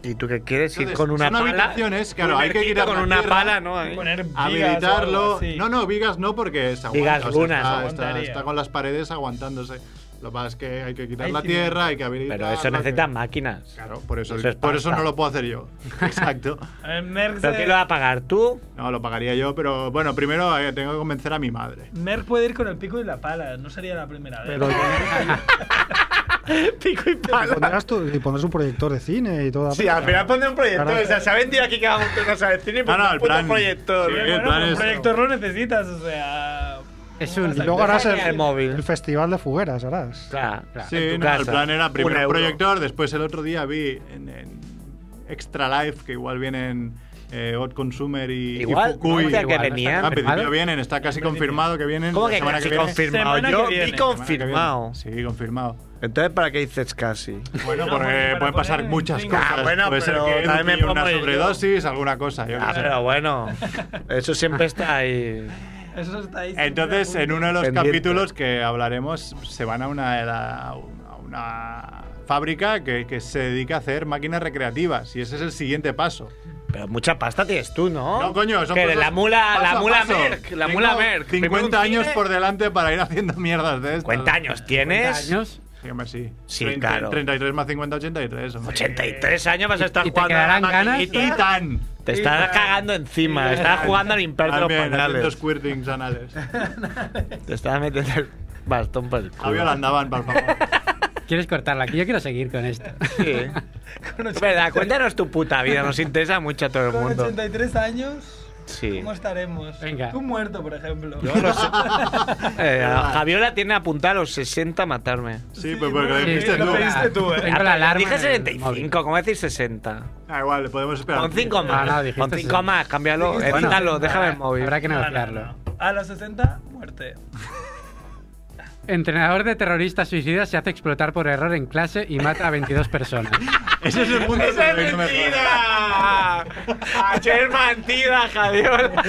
¿Y tú qué quieres? Ir Entonces, con una son pala. habitaciones, Un claro, hay que huertito quitar con la una tierra, pala, ¿no? Ahí. Poner vigas o algo habilitarlo. así. No, no, vigas no porque se aguanta, Vigas o sea, lunas, está- está, aguantaría. está con las paredes aguantándose. Lo que pasa es que hay que quitar Hay la cimiento. tierra, hay que habilitar. Pero eso necesita máquinas. Claro, por eso, Eso es por eso pasta. no lo puedo hacer yo. Exacto. A ver, Merck, ¿Pero se- quién lo va a pagar? ¿Tú? No, lo pagaría yo, pero bueno, primero eh, tengo que convencer a mi madre. Merck puede ir con el pico y la pala. No sería la primera vez. Pero Pico y y pondrás, tu- y pondrás un proyector de cine y toda. Sí, al final pondré un proyector. Claro. O sea, se ha vendido aquí que vamos a una sala de cine y No, no, pondré el un puto plan- proyector. Sí, Pero el bueno, plan pero un es- proyector lo necesitas, o sea. Es ¿cómo un- vas Y a luego harás el, empezar? el móvil. el festival de fugueras, harás. Claro, claro. En Sí, tu no, el casa. plan era Un primero el euro. proyector, después el otro día vi en, en Extra Life que igual vienen eh, Odd Consumer y, y Igual, Fukui. no decía que Igual, venían. En principio vienen, está casi confirmado que vienen. ¿Cómo la que semana casi viene. confirmado? Semana que Yo viene. vi Semana que viene. confirmado. Sí, confirmado. Entonces, ¿para qué dices casi? Bueno, No, porque porque para pueden pasar poner muchas cinco. cosas. Ah, pues, bueno, Puede ser pero que también me Edu pille pongo una yo. sobredosis, alguna cosa. Yo qué Ah, sé. pero bueno. Eso siempre está ahí. Eso está ahí. Entonces, en uno de los Pendiente. capítulos que hablaremos, se van a una, a una- a una fábrica que, que se dedica a hacer máquinas recreativas y ese es el siguiente paso. Pero mucha pasta tienes tú, ¿no? No, coño, son Que de cosas la mula, paso la a mula paso. Merck, la Tengo mula Merck. 50 años Tengo un por delante para ir haciendo mierdas de esto. ¿50 años tienes? años Sí, hombre, sí. Sí, Treinta- claro. 33 más 50, 83. hombre. 83 años vas a estar ¿Y te jugando a la quedarán ganas? maquinita. Y tan. Te estás cagando encima, estás jugando a limpiarte los También, haciendo pañales. squirtings anales. Te estás metiendo el bastón por el Aviola culo. andaban, por favor. ¿Quieres cortarla aquí? Yo quiero seguir con esto. Sí. Verdad, cuéntanos tu puta vida, nos interesa mucho a todo el Con mundo. 83 años. Sí. Eh, ¿Cómo estaremos? Venga. Tú muerto, por ejemplo. Yo no sé. Eh, a Javiola tiene apuntado a los 60 matarme. Sí, pero porque lo dijiste tú. eh. Ah, pero Dije 75, ¿cómo decir 60? Ah, igual, le podemos esperar. Con 5 más. Con 5 más, cámbialo, Dijiste edítalo, 60. déjame el móvil. Habrá que No, no, negociarlo. A los 60, muerte. Entrenador de terroristas suicidas se hace explotar por error en clase y mata a 22 personas. Ese es el punto ¡Esa que es no me jodas. mentira! ¡Ayer es mentira, Javiola!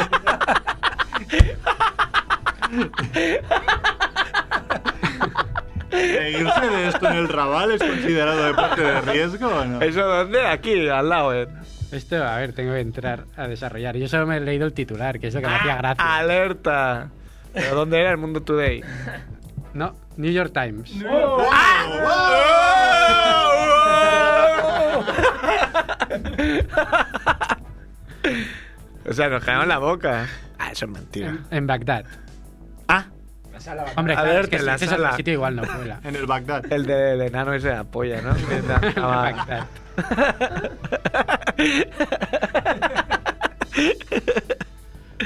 ¿Reírse de esto en el Raval es considerado deporte de riesgo o no? ¿Eso dónde? Aquí, al lado, eh. Esto, a ver, tengo que entrar a desarrollar. Yo solo me he leído el titular, que es lo que me hacía gracia. Ah, ¡Alerta! ¿Pero dónde era el mundo today? No, New York Times. ¡Ah! O sea, nos cagamos la boca. Ah, eso es mentira. En Bagdad. sala Hombre, a claro, ver, es que Ah. en si la dices otro sala. sitio igual no cuela. En el Bagdad. El del enano ese de la polla, ¿no? Ah, va. Bagdad.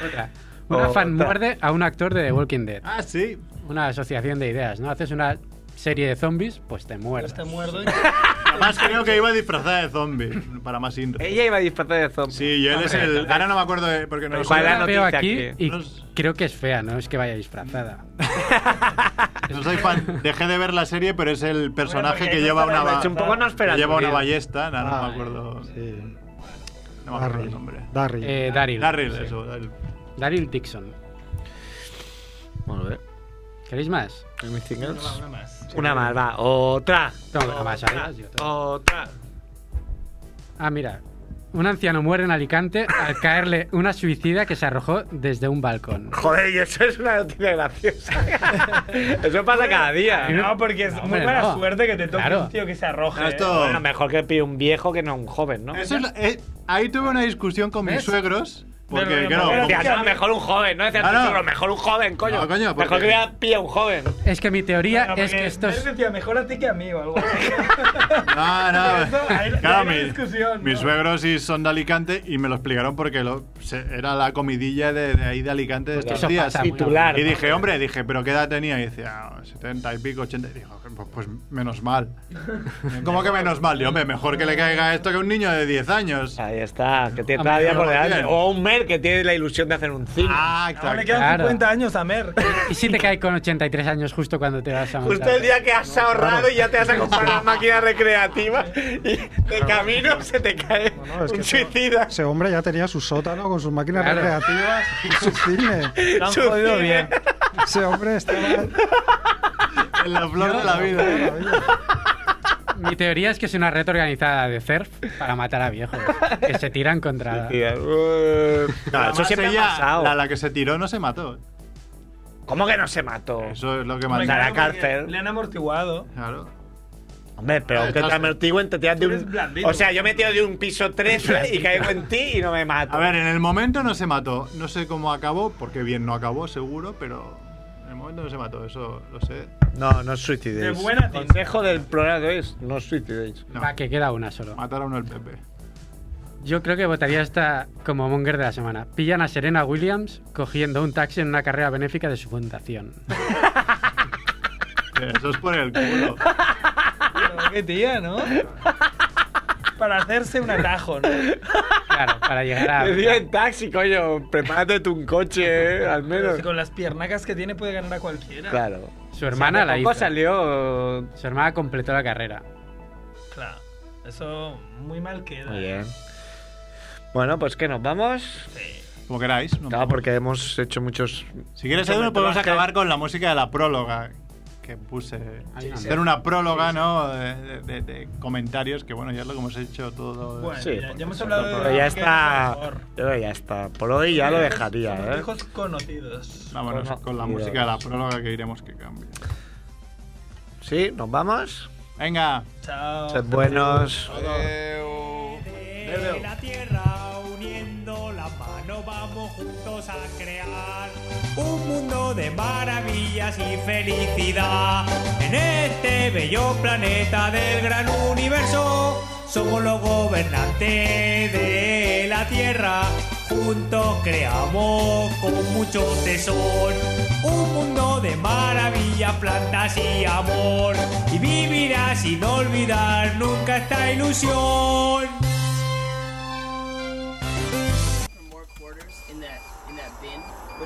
Otra. Una Otra. fan muerde a un actor de The Walking Dead. Ah, sí. Una asociación de ideas, ¿no? Haces una serie de zombies, pues te muerdes. Te muerdo y Además, creo que iba disfrazada de zombie. Para más intro. Ella iba disfrazada de zombie. Sí, y él es el. Ahora no me acuerdo de. Porque no ¿Cuál nos- era La veo noticia aquí aquí? y Nos- creo que es fea, no es que vaya disfrazada. No soy fan. Dejé de ver la serie, pero es el personaje porque que no lleva sabe una, la ba- Es un poco no que esperado. lleva una tío. ballesta. No, no Ah, me acuerdo. Sí. No me acuerdo el nombre. Darryl. Eh, Daryl. Darryl, eso. Darryl. Daryl Dixon. Molt bé. ¿Queréis más? Anything else? nada más. Una más, va. Otra. Toma, más, ¿sabes? Yo todo. Otra. Ah, mira. Un anciano muere en Alicante al caerle una suicida que se arrojó desde un balcón. Joder, y eso es una noticia graciosa. eso pasa cada día. No, porque es No, muy hombre, mala no. suerte que te toque Claro. un tío que se arroje. No, ¿eh? esto- Bueno, mejor que pille un viejo que no un joven, ¿no? Eso es la- eh, ahí tuve una discusión con mis ¿Ves? suegros. Pero, Porque, pero, claro, pero, como- Hostia, no, mejor un joven, ¿no? Decías Ah, tú, no. pero mejor un joven, coño. No, coño, mejor porque- que hubiera pillado un joven. Es que mi teoría Bueno, es porque que estos... Merck decía mejor a ti que a mí o algo así. No, no. Eso, ahí- ahí claro, no hay mi- discusión, mis ¿no? suegros sí son de Alicante y me lo explicaron porque lo- se- era la comidilla de, de ahí de Alicante de estos Eso días. pasa muy Titular. a menudo. Y dije, hombre, dije, ¿pero qué edad tenía? Y decía, 70 y pico, 80. Y dijo, pues, pues menos mal. ¿Cómo que menos mal? Y hombre, mejor que le caiga esto que un niño de 10 años. Ahí está, que tiene Ah, cada día pero por delante. Oh. bien. O un Mer que tiene la ilusión de hacer un cine. Ah, Ahora le exacto. quedan Claro. 50 años a Merck. ¿Y si te cae con 83 años justo cuando te vas a montar? Justo el día que has ahorrado y ya te vas a comprar una máquina recreativa y de camino se te cae no, es un que suicida. Ese hombre ya tenía su sótano con sus máquinas Claro. recreativas y su cine. Lo han Su jodido cine. bien. Ese hombre estaba En la flor de la vida. Mi teoría es que es una red organizada de surf para matar a viejos. Que se tiran contra... No, Eh, eso Además, siempre ella, ha pasado. La, la que se tiró no se mató. ¿Cómo que no se mató? Eso es lo que Hombre, mandó. la claro, cárcel. porque Le han amortiguado. Claro. Hombre, pero que Ah, Entonces- te amortigüen, te tiras de Tú eres un. blandito. O sea, yo me tiro de un piso 13 y caigo en ti y no me mato. A ver, en el momento no se mató. No sé cómo acabó, porque bien no acabó, seguro, pero en el momento no se mató, eso lo sé. No, no os De suicidéis. buena El tinta. consejo del programa de hoy es no os suicidéis. No. Va, que queda una solo. Matar a uno el Pepe. Yo creo que votaría esta como monger de la semana. Pillan a Serena Williams cogiendo un taxi en una carrera benéfica de su fundación. Pero Eso es por el culo. Pero qué tía, ¿no? Para hacerse un atajo, ¿no? Claro, para llegar a... Te digo en taxi, coño. Prepárate tú un coche, eh, al Pero menos. si con las piernacas que tiene puede ganar a cualquiera. Claro. Su hermana la Tampoco hizo. salió. Su hermana completó la carrera. Claro. Eso muy mal queda. Muy bien. Bueno, pues que nos vamos. Como queráis. no No, me- porque hemos hecho muchos. Si quieres, Edu, podemos acabar con la música de la próloga que puse. Ahí anda. Hacer una próloga, ¿no? De, de- de comentarios, que bueno, ya es lo que hemos hecho todo. Bueno, Sí, ya, por ya hemos supuesto, hablado de. pero ya que es está. lo mejor. Pero ya está. Por hoy ya lo Viejos- dejaría, somos ¿eh? Viejos conocidos. Vámonos Bueno, con la cuidado. música de la próloga que iremos que cambie. Sí, nos vamos. Venga. Chao. Sed buenos. de la tierra uniendo la mano vamos juntos a crear un mundo de maravillas y felicidad en este bello planeta del gran universo somos los gobernantes de la tierra juntos creamos con mucho tesón un mundo de maravilla, plantas y amor. Y vivirás sin olvidar nunca esta ilusión. more quarters in that in that bin. What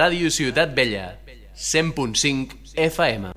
Ràdio Ciutat Vella, 100.5 FM.